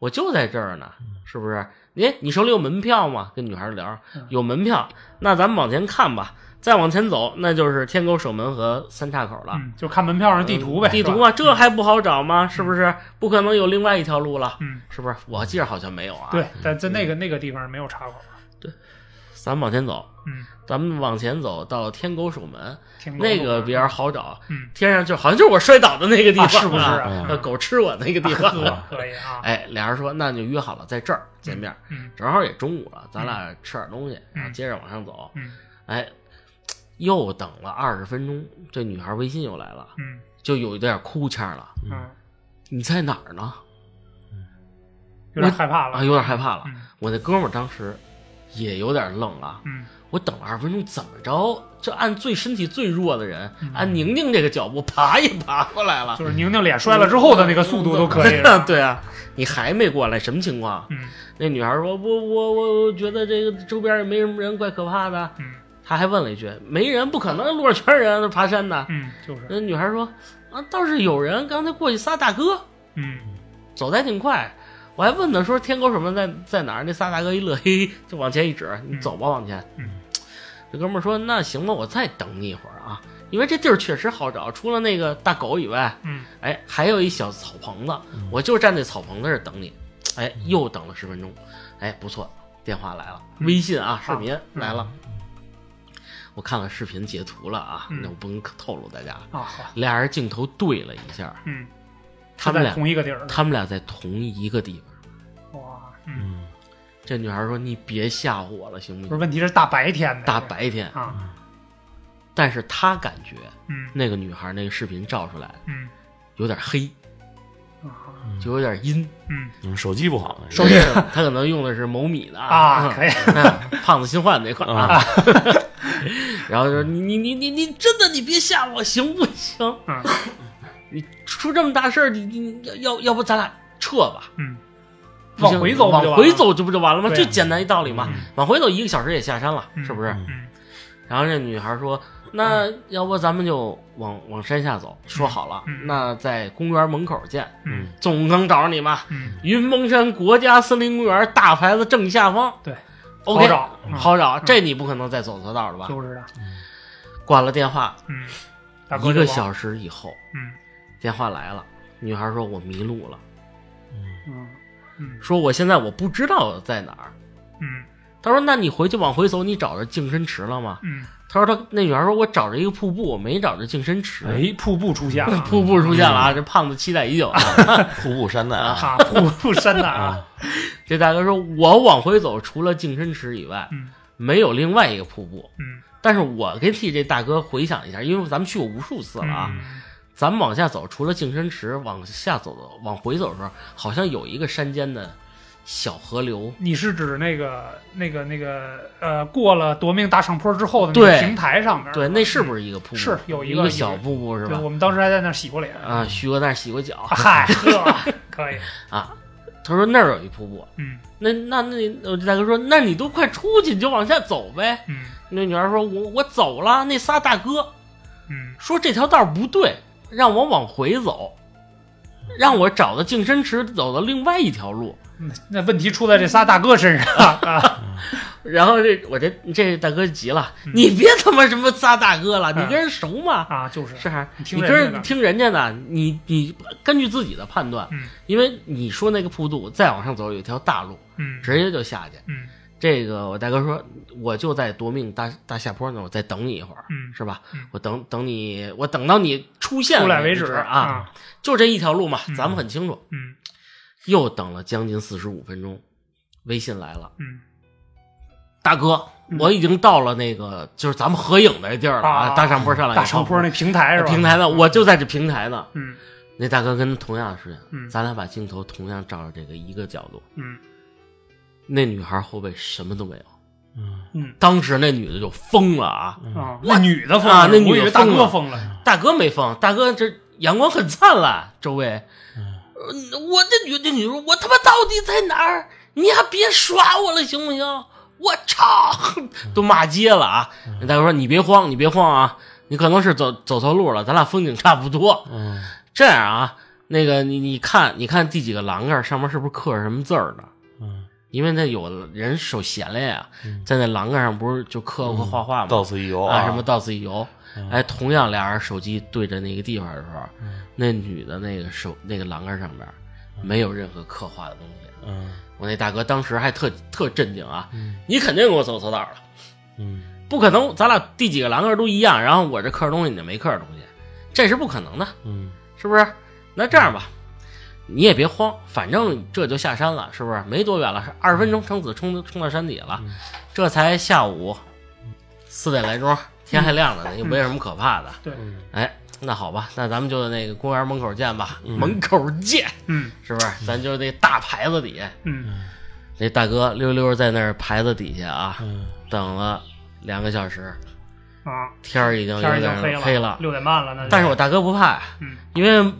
A: 我就在这儿呢，是不是？哎，你手里有门票吗？跟女孩聊
C: 嗯，
A: 有门票，那咱们往前看吧。再往前走，那就是天沟守门和三岔口了。
C: 嗯，就看门票上地图呗，
A: 地
C: 是吧嗯
A: 图，啊，这还不好找吗？是不是？不可能有另外一条路了，
C: 嗯，
A: 是不是？我记着好像没有啊。，
C: 对，但在那个那个地方没有插口，
A: 咱们往前走，
C: 嗯，
A: 咱们往前走到天狗守门，
C: 挺高
A: 那
C: 的
A: 个比较好找。
C: 嗯
A: 天上就好像就是我摔倒的那个地方，
C: 啊是不是
A: 啊？
C: 啊
A: 呃？狗吃我那个地 方。
C: 啊可以啊，
A: 哎，俩人说那就约好了，在这儿见面，
C: 嗯
A: 正好也中午了，咱俩吃点东西，然后接着往上走。
C: 嗯
A: 哎，又等了二十分钟，这女孩微信又来了，
C: 嗯
A: 就有一点哭腔了。
C: 嗯，
A: 你在哪儿呢？
C: 有点害怕
A: 啊，
C: 了，
A: 有点害怕了。
C: 嗯
A: 我那哥们儿当时也有点愣了。
C: 嗯
A: 我等了二十分钟，怎么着？就按最身体最弱的人，按宁宁这个脚步爬也爬过来了。
C: 嗯就是宁宁脸摔了之后的那个速度都可以，是吧
A: 对啊，你还没过来，什么情况？
C: 嗯
A: 那女孩说：“我我我我觉得这个周边也没什么人，怪可怕的。
C: 嗯”
A: 她还问了一句：“没人，不可能，路上全是人，啊爬山的。
C: 嗯，就是，
A: 那女孩说：“啊，倒是有人，刚才过去仨大哥，
C: 嗯
A: 走的还挺快。”我还问她说：“天狗什么在在哪儿？”那仨大哥一乐，嘿嘿，就往前一指：“你走吧，往前。”
C: 嗯
A: 这哥们儿说：“那行吧，我再等你一会儿啊，因为这地儿确实好找，除了那个大狗以外，
C: 嗯
A: 哎，还有一小草棚子，我就站在草棚子这儿等你。哎，又等了十分钟，哎，不错，电话来了，
C: 嗯
A: 微信啊，视频来了。我看了视频截图了啊，
C: 嗯
A: 那我不能透露大家。
C: 啊好，
A: 俩人镜头对了一下，
C: 嗯，
A: 他
C: 是
A: 们
C: 在
A: 俩
C: 同一个地儿，
A: 他们俩在同一个地方。
C: 哇，嗯，
B: 嗯
A: 这女孩说：“你别吓唬我了，行不
C: 不是
A: 行？
C: 问题是大白天的，
A: 大白天。
C: 啊，”
A: 但是她感觉
C: 嗯
A: 那个女孩那个视频照出来
C: 嗯
A: 有点黑，
C: 啊
A: 就有点阴。
C: 嗯
B: 嗯，手机不好，
C: 手机
A: 她可能用的是某米的
C: 啊，可以，
A: 嗯胖子新换的那款
B: 啊
A: 啊。然后就说你你你你你真的你别吓我行不行？
C: 嗯
A: 你出这么大事儿，你你你要要要不咱俩撤吧？
C: 嗯，
A: 不行
C: 往回走，
A: 往回，走这不就完了吗？
C: 对啊
A: 就简单一道理嘛
C: 嗯，
A: 往回走一个小时也下山了，
C: 嗯
A: 是不是？
C: 嗯
A: 然后这女孩说：“那要不咱们就往往山下走，说好了
C: 嗯，
A: 那在公园门口见，
C: 嗯
A: 总能找着你吧？
C: 嗯，
A: 云蒙山国家森林公园大牌子正下方
C: 对，
A: ，OK，
C: 好找，嗯
A: 好找，这你不可能再走错道了吧？
C: 就是的，啊
A: 挂了电话，
C: 嗯，大哥
A: 一个
C: 就往，
A: 小时以后，
C: 嗯
A: 电话来了，女孩说：“我迷路了，
C: 嗯嗯
A: 说我现在我不知道在哪儿。
C: 嗯”
A: 她说：“那你回去往回走，你找着净身池了吗
C: 嗯，？”
A: 她说：“她那女孩说，我找着一个瀑布，我没找着净身池。。
C: 哎，瀑布出现了
A: 瀑布出现了啊！这胖子期待已久 啊。
B: 瀑布山难
A: 嗯
B: 啊，
C: 啊，瀑布山的啊，
A: 这大哥说：“我往回走，除了净身池以外，
C: 嗯
A: 没有另外一个瀑布。
C: 嗯
A: 但是我给替这大哥回想一下，因为咱们去过无数次了啊。
C: 嗯
A: 咱们往下走，除了净身池，往下走走，往回走的时候，好像有一个山间的小河流。
C: 你是指那个那个那个呃，过了夺命大上坡之后的那个
A: 对
C: 平台上面？
A: 对，那是不是一个瀑布？
C: 是有
A: 一
C: 一个
A: 小瀑布是
C: 嗯对
A: 吧
C: 我？们当时还在那儿洗过脸。
A: 啊，徐哥在那儿洗过脚。
C: 嗨，呵，可以，
A: 啊，他说那儿有一瀑布。
C: 嗯
A: 那那那，我这大哥说，那你都快出去，你就往下走呗。
C: 嗯
A: 那女孩说，我我走了。那仨大哥
C: 嗯
A: 说这条道不对，让我往回走，让我找到净身池，走到另外一条路。
C: 那嗯那问题出在这仨大哥身上啊！
A: 然后这我这这大哥急了，你别他妈什么仨大哥了，你跟人熟吗？
C: 啊，就是，
A: 嗯是还
C: 你听
A: 你
C: 人
A: 跟
C: 家的
A: 人听人家的，你你根据自己的判断，
C: 嗯
A: 因为你说那个瀑布再往上走有一条大路，
C: 嗯
A: 直接就下去。
C: 嗯
A: 这个我大哥说，我就在夺命大大下坡那儿，我再等你一会儿，
C: 嗯，
A: 是吧
C: 嗯？
A: 我等等你，我等到你出现
C: 出来为
A: 止
C: 止
A: 啊，，就这一条路嘛，
C: 嗯
A: 咱们很清楚。
C: 嗯
A: 又等了将近四十五分钟，微信来了，
C: 嗯
A: 大哥，
C: 嗯
A: 我已经到了那个就是咱们合影的地儿了
C: 啊
A: 大上坡上来，
C: 大上坡那平台是吧？
A: 平台呢，我就在这平台呢。
C: 嗯
A: 那大哥跟同样的时间，
C: 嗯
A: 咱俩把镜头同样照着这个一个角度，
C: 嗯
A: 那女孩后背什么都没有，
B: 嗯
C: 嗯
A: 当时那女的就疯了啊。
C: 啊，那女的疯
A: 啊
C: 了，
A: 那女
C: 我以
A: 的
C: 为大
A: 疯
C: 哥
A: 了
C: 疯了，
A: 大哥没疯，大哥这阳光很灿烂，周围。呃我这女这女说，我他妈到底在哪儿？你还别耍我了，行不行？我操，都骂街了啊！那大哥说：“你别慌，你别慌啊，你可能是走走错路了，咱俩风景差不多。
B: 嗯
A: 这样啊，那个你你看，你看第几个栏杆上面是不是刻着什么字儿呢？
B: 嗯，
A: 因为那有人手闲了呀
B: 嗯，
A: 在那栏杆上不是就刻过画画吗？
B: 到此一游
A: 啊，什么到此一游。
B: 嗯
A: 哎，同样俩人手机对着那个地方的时候，
B: 嗯
A: 那女的那个手那个栏杆上边没有任何刻画的东西。
B: 嗯
A: 我那大哥当时还特特震惊啊！
B: 嗯
A: 你肯定给我走错道了，
B: 嗯
A: 不可能，咱俩第几个栏杆都一样，然后我这刻着东西，你那没刻着东西，这是不可能的，
B: 嗯
A: 是不是？那这样吧，你也别慌，反正这就下山了，是不是？没多远了，二十分钟，撑死冲冲到山底了，
B: 嗯
A: 这才下午四点来钟，天
C: 嗯
A: 还亮着呢，也没什么可怕的。
C: 对，
B: 嗯
A: 哎，那好吧，那咱们就那个公园门口见吧，
B: 嗯
A: 门口见，
C: 嗯
A: 是不是？咱就那大牌子底下，
C: 嗯
A: 那大哥溜溜在那儿牌子底下啊，
B: 嗯
A: 等了两个小时，
C: 啊，
A: 天儿已嗯经有
C: 天儿已
A: 点
C: 经黑
A: 儿
C: 了，
A: 黑了，
C: 六点半了，那就
A: 但是我大哥不怕，啊
C: 嗯，
A: 因为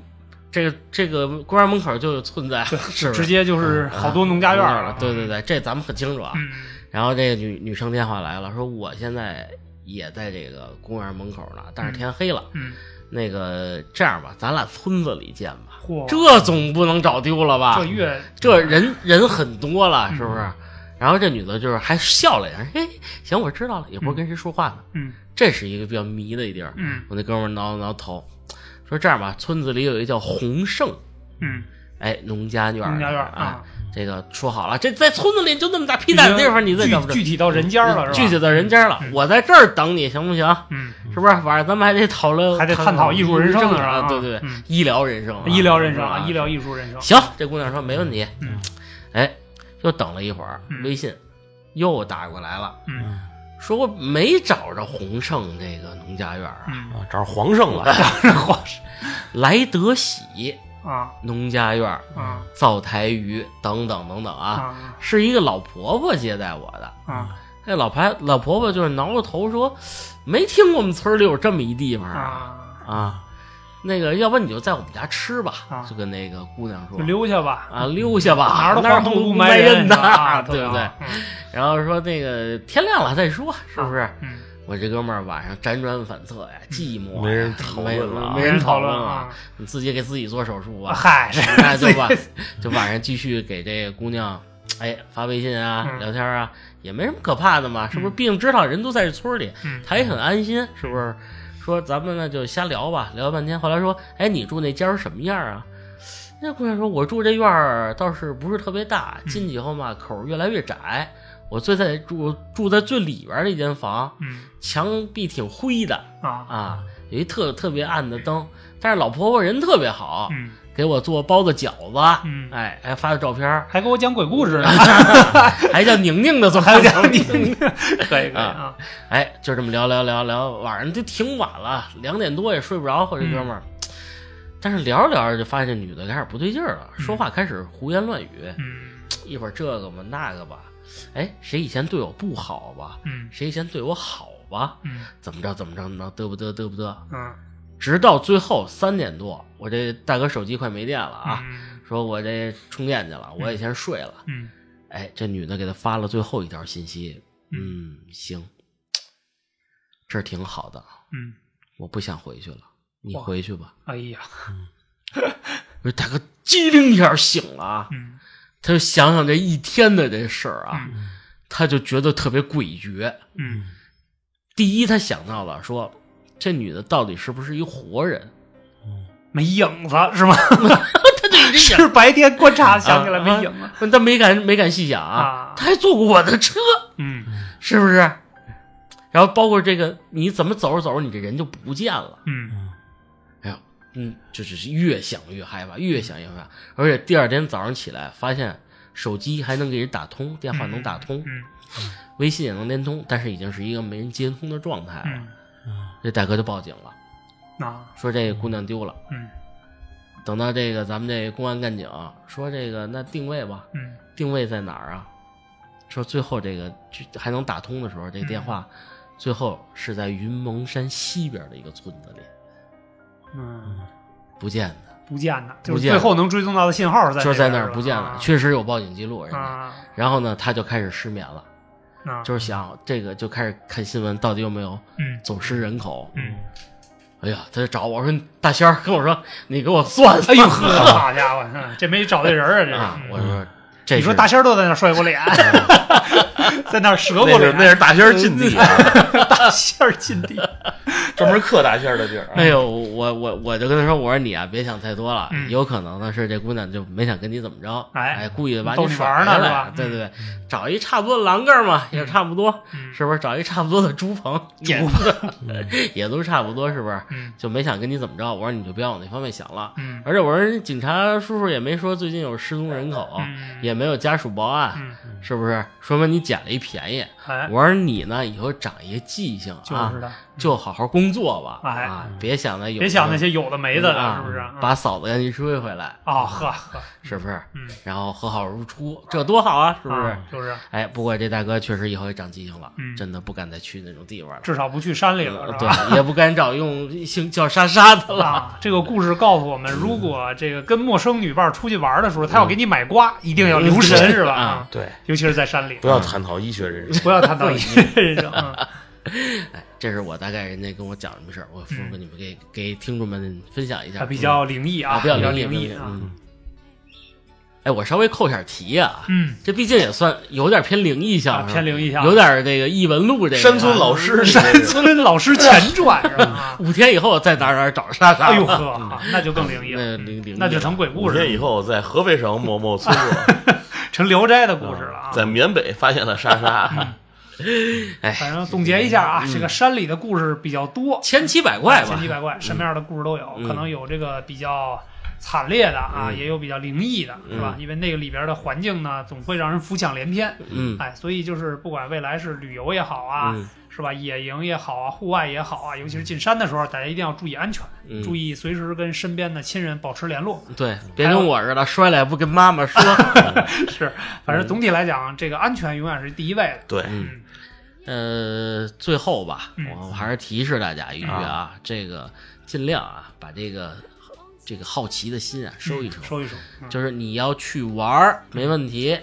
A: 这个这个公园门口就有村子，是不嗯
C: 直
A: 是？
C: 接就是好多农家院儿
A: 了，对对对，这咱们很清楚啊。
C: 嗯
A: 然后这个女女生电话来了，说我现在也在这个公园门口呢，但是天黑了，
C: 嗯，
A: 那个这样吧，咱俩村子里见吧。
C: 嗯嚯，
A: 这总不能找丢了吧
C: 哦这？嗯月
A: 这人人很多了，是不是？然后这女的就是还笑了一下，嘿，行，我知道了，也不是跟谁说话呢。
C: 嗯
A: 这是一个比较迷的一地儿。
C: 嗯
A: 我那哥们儿挠了挠头，说这样吧，村子里有一个叫洪盛，
C: 嗯，
A: 哎，农家院儿，
C: 农家院儿
A: 啊
C: 啊，，
A: 这个说好了，这在村子里就那么大屁大的地方，
C: 已经
A: 你再找不
C: 具具体到人家了是吧？
A: 嗯具体到人家了，我在这儿等你，行不行？
C: 嗯，
A: 是不是？晚上咱们还得讨论，
C: 还得
A: 探
C: 探讨艺术人生呢是吧
A: 啊！对对，对
C: 嗯
A: 医疗人生啊，
C: 医疗人生
A: 是
C: 啊，
A: 吧
C: 医疗艺术人生，
A: 行，这姑娘说没问题。
C: 嗯，
A: 哎，又等了一会儿，
C: 嗯
A: 微信又打过来了，
C: 嗯
A: 说我没找着洪盛这个农家院 啊，
C: 嗯，
B: 啊，找皇上了，
C: 好
A: 莱德喜
C: 啊
A: 农家院、
C: 啊
A: 灶台鱼等等等等啊，
C: 啊
A: 是一个老婆婆接待我的。
C: 啊
A: 那老牌老婆婆就是挠着头说，没听过我们村里有这么一地方啊
C: 啊，
A: 啊，那个要不你就在我们家吃吧，
C: 啊
A: 就跟那个姑娘说
C: 就溜下吧，
A: 啊，溜 下吧，
C: 哪儿都
A: 那儿
C: 黄土
A: 不
C: 不
A: 埋
C: 人
A: 呐，
C: 啊，
A: 对不对
C: 吧？？
A: 然后说那个天亮了再说，是不是？
C: 嗯，
A: 我这哥们儿晚上辗转反侧呀，寂寞呀，
B: 没人讨论了啊
A: 没没人讨论
C: 嗯啊，
A: 你自己给自己做手术啊，
C: 嗨， 是
A: 那就晚
C: 自己
A: 就晚上继续给这个姑娘，哎，发微信啊，
C: 嗯
A: 聊天啊，也没什么可怕的嘛，是不是？毕竟知道人都在这村里，
C: 嗯
A: 她也很安心，是不是？说咱们呢就瞎聊吧，聊了半天，后来说，哎，你住那家儿什么样啊？那姑娘说，我住这院儿倒是不是特别大，
C: 嗯
A: 进去以后嘛，口儿越来越窄。我最在住住在最里边儿的一间房，
C: 嗯
A: 墙壁挺灰的
C: 啊
A: 啊，有一特特别暗的灯，但是老婆婆人特别好，
C: 嗯，
A: 给我做包子饺子，
C: 嗯
A: 哎，还发的照片儿，
C: 还给我讲鬼故事 呢，
A: 还叫宁宁的做
C: 还
A: 包
C: 有
A: 子
C: 讲你，可以可以啊，
A: 哎，就这么聊聊聊聊，晚上就挺晚了，两点多也睡不着，我这哥们儿。
C: 嗯
A: 但是聊着聊着就发现这女的开始不对劲儿了，说话开始胡言乱语，
C: 嗯
A: 一会儿这个吧那个吧，哎，谁以前对我不好吧，
C: 嗯
A: 谁以前对我好吧，
C: 嗯
A: 怎么着怎么着怎么着，得不得得不得，
C: 嗯
A: 直到最后三点多，我这大哥手机快没电了啊，
C: 嗯
A: 说我这充电去了，我也先睡了。
C: 嗯
A: 哎，这女的给他发了最后一条信息，嗯，行，这儿挺好的，
C: 嗯，
A: 我不想回去了，你
C: 哇
A: 回去吧。
C: 哎呀，
A: 我说大哥机灵一下醒了啊，
C: 嗯
A: 他就想想这一天的这事儿啊，
C: 嗯
A: 他就觉得特别诡谲。
C: 嗯
A: 第一，他想到了说，这女的到底是不是一活人？
C: 没影子是 吗？
A: 他就已经啊想
C: 是白天观察想起来没影子，
A: 但他没敢没敢细想
C: 啊
A: 他还坐过我的车，
C: 嗯
A: 是不是？然后包括这个，你怎么走着走着，你这人就不见了。
C: 嗯
A: 哎呀，嗯，就只是越想越害怕，越想越害怕。而且第二天早上起来，发现手机还能给人打通，电话能打通，
C: 嗯
A: 微信也能连通，但是已经是一个没人接通的状态了。
C: 嗯
A: 这大哥就报警了，
C: 啊
A: 说这个姑娘丢了。
C: 嗯
A: 等到这个咱们这公安干警啊说这个那定位吧，
C: 嗯
A: 定位在哪儿啊？说最后这个就还能打通的时候，这个电
C: 嗯
A: 话最后是在云蒙山西边的一个村子里
C: 嗯，
A: 不见的，
C: 不见了，就是最后能追踪到的信号在
A: 就是在那
C: 儿
A: 儿不见了，
C: 啊
A: 确实有报警记录人家。
C: 啊
A: 然后呢，他就开始失眠了，
C: 啊，
A: 就是想这个就开始看新闻，到底有没有
C: 嗯
A: 走失人口？
C: 嗯，
A: 哎呀，他就找我我说大仙儿跟我说，你给我算
C: 哎
A: 算。
C: 呦呵，好家伙，嗯这没找对人儿啊
A: 啊，
C: 这
A: 我
C: 是。
A: 说这
C: 你说
A: 是啊
C: 大仙儿都在那儿摔过脸， 在那儿折过
B: 那是
C: 脸，
B: 那是大 仙儿禁地啊，
C: 大仙儿进地。
B: 专门克大仙儿的地儿啊。
A: 哎呦，我我我就跟他说，我说你啊，别想太多了，
C: 嗯
A: 有可能呢是这姑娘就没想跟你怎么着，
C: 哎
A: 哎，故意的把
C: 逗
A: 你
C: 你
A: 耍
C: 玩呢
A: 回
C: 是
A: 来
C: 吧
A: 对对对，找一差不多的栏杆儿嘛，也差不多，
C: 嗯
A: 是不是？找一差不多的猪棚，也 也都差不多，是不是？
C: 嗯
A: 就没想跟你怎么着，我说你就别往那方面想了。
C: 嗯
A: 而且我说警察叔叔也没说最近有失踪人口，
C: 嗯
A: 也没有家属报案，
C: 嗯，
A: 是不是？说明你捡了一便宜。
C: 哎，
A: 我说你呢，以后长一个记性啊，
C: 就是的，嗯
A: 就好好工作吧，
C: 哎
A: 啊，别想那有
C: 别想那些有的没的了，
A: 啊
C: 是不是？嗯
A: 把嫂子赶紧追回来，
C: 啊呵呵，
A: 是不是？
C: 嗯，
A: 然后和好如初，这多好啊，是不是
C: 啊？就是
A: 哎，不过这大哥确实以后也长记性了
C: 嗯，
A: 真的不敢再去那种地方了。
C: 至少不去山里
A: 呃
C: 了，是吧？
A: 对，也不敢找用姓叫莎莎的了。
C: 啊，这个故事告诉我们，如果这个跟陌生女伴出去玩的时候，她要给你买瓜，一定要留神，
A: 嗯
C: 是吧？
A: 啊
C: 啊，
B: 对，
C: 尤其是在山里
B: 不，要探讨医学人士。
C: 不要看到一个人 生。嗯
A: 哎，这是我大概人家跟我讲什么事儿，我给你们给给听众们分享一下，
C: 啊嗯比较灵异
A: 啊
C: 啊，
A: 比
C: 较
A: 较
C: 灵
A: 异
C: 异。啊，
A: 嗯，哎，我稍微扣一下题啊，
C: 嗯，
A: 这毕竟也算有点偏灵异
C: 啊
A: 向，
C: 偏灵异向，
A: 有点这个异闻录这个啊
B: 山村老
A: 嗯
B: 师，你
C: 山
B: 这是
C: 村老师前传是吧？
A: 五天以后在哪儿哪儿找莎莎。
C: 哎呦呵，啊那就更灵异
A: 嗯那
C: 了，
A: 灵灵异嗯
C: 那就成鬼故
B: 五天
C: 事，
B: 以后在合肥省某某 村落，
C: 成《聊斋》的故事了
A: 嗯
C: 啊。
B: 在缅北发现了 莎莎。
C: 反正总结一下
A: 嗯
C: 啊，这个山里的故事比较多，
A: 千奇百怪吧
C: 千奇。百怪，什么样的故事都有，
A: 嗯
C: 可能有这个比较惨烈的啊，
A: 嗯
C: 也有比较灵异的，是吧？因为那个里边的环境呢，总会让人浮想联翩。
A: 嗯
C: 哎，所以就是不管未来是旅游也好啊，
A: 嗯
C: 是吧？野营也好啊，户外也好啊，尤其是进山的时候，大家一定要注意安全，
A: 嗯
C: 注意随时跟身边的亲人保持联络。
A: 对，别跟我似的摔了也不跟妈妈 说。嗯
C: 是，反正总体来讲，这个安全永远是第一位的。
B: 对，
A: 嗯，呃，最后吧，
C: 嗯
A: 我还是提示大家一句啊，这个尽量啊，把这个这个好奇的心啊收一收
C: 嗯，收一收，嗯
A: 就是你要去玩儿没问题。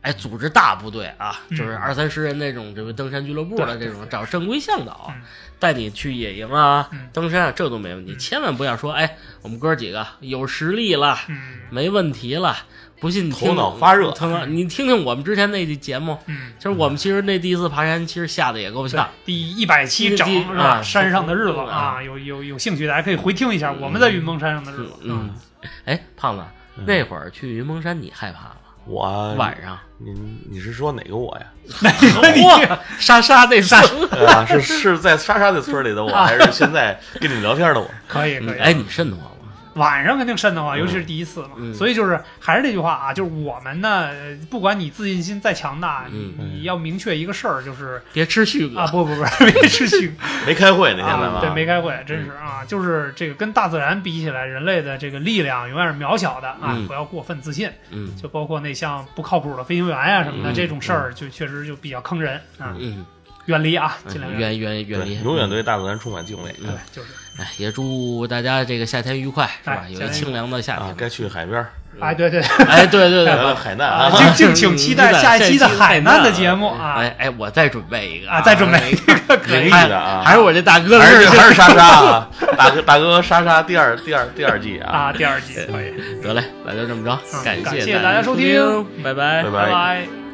A: 哎，组织大部队啊，
C: 嗯
A: 就是二三十人那种，这个登山俱乐部的这种，找正规向导
C: 嗯，
A: 带你去野营啊
C: 嗯、
A: 登山啊，这都没问题。千万不要说，哎，我们哥几个有实力了，
C: 嗯
A: 没问题了。不信你听
B: 头脑发热
A: 头脑你听听我们之前那期节目，
C: 嗯，
A: 就是我们其实那第一次爬山，其实吓得也够呛。
C: 第一百期整
A: 第
C: 是吧？
A: 啊
C: 山上的日子
A: 嗯
C: 啊，有有有兴趣，大家可以回听一下我们在云蒙山上的日子。
B: 嗯
A: 嗯，哎，胖子，那会儿去云蒙山你害怕吗？
B: 我
A: 晚 上，
B: 你你是说哪个 我呀？
A: 哇，莎莎 那
C: 莎
A: 次，
B: 对啊，是是在莎莎的 村里的我，还是现在跟你聊天的我？
C: 可以可以。
A: 哎，你瘆得慌吗？
C: 晚上肯定瘆得慌，尤其是第一次嘛。
A: 嗯
C: 所以就是还是那句话啊，就是我们呢，呃不管你自信心再强大，
A: 嗯
C: 你你要明确一个事儿，就是
A: 别吃旭哥
C: 啊，不不 不，别 吃虚
B: 没开会呢，现在
C: 啊，
B: 吧？
C: 对，没开会，
A: 嗯
C: 真是啊，就是这个跟大自然比起来，人类的这个力量永远是渺小的啊
A: 嗯，
C: 不要过分自信。
A: 嗯
C: 就包括那像不靠谱的飞行员呀什么的
A: 嗯
C: 这种事儿，就确实就比较坑人啊，
A: 嗯，
C: 远离啊，尽量
A: 嗯
C: 远
A: 远远远
B: 对
A: 离，
B: 永远对大自然充满敬畏啊
C: 离，对，就是
A: 嗯哎，也祝大家这个夏天愉快，是吧？
C: 哎
A: 有
C: 夏
A: 一
C: 天愉
A: 清凉的夏
B: 啊！
A: 天。
B: 该去海边儿，
C: 哎，对对对
A: 哎，对对
B: 聊
A: 对，
B: 聊海南
C: 啊，
B: 啊！
C: 敬敬请期待下一期的海难的节目
A: 哎
C: 啊
A: 哎，我再准备一个哎
C: 啊，再准备一个可
B: 灵
C: 以
B: 异的啊，
A: 还是我这大哥的
B: 还
A: 事
B: 是
A: 儿
B: 还是莎莎啊，大哥大哥莎莎第二第二第二季啊，
C: 啊，第二季可以，
A: 得嘞，那就这么着，
C: 嗯
A: 感
C: 感谢
A: 谢
C: 大家收
A: 收
C: 听，
A: 拜拜
B: 拜
C: 拜拜。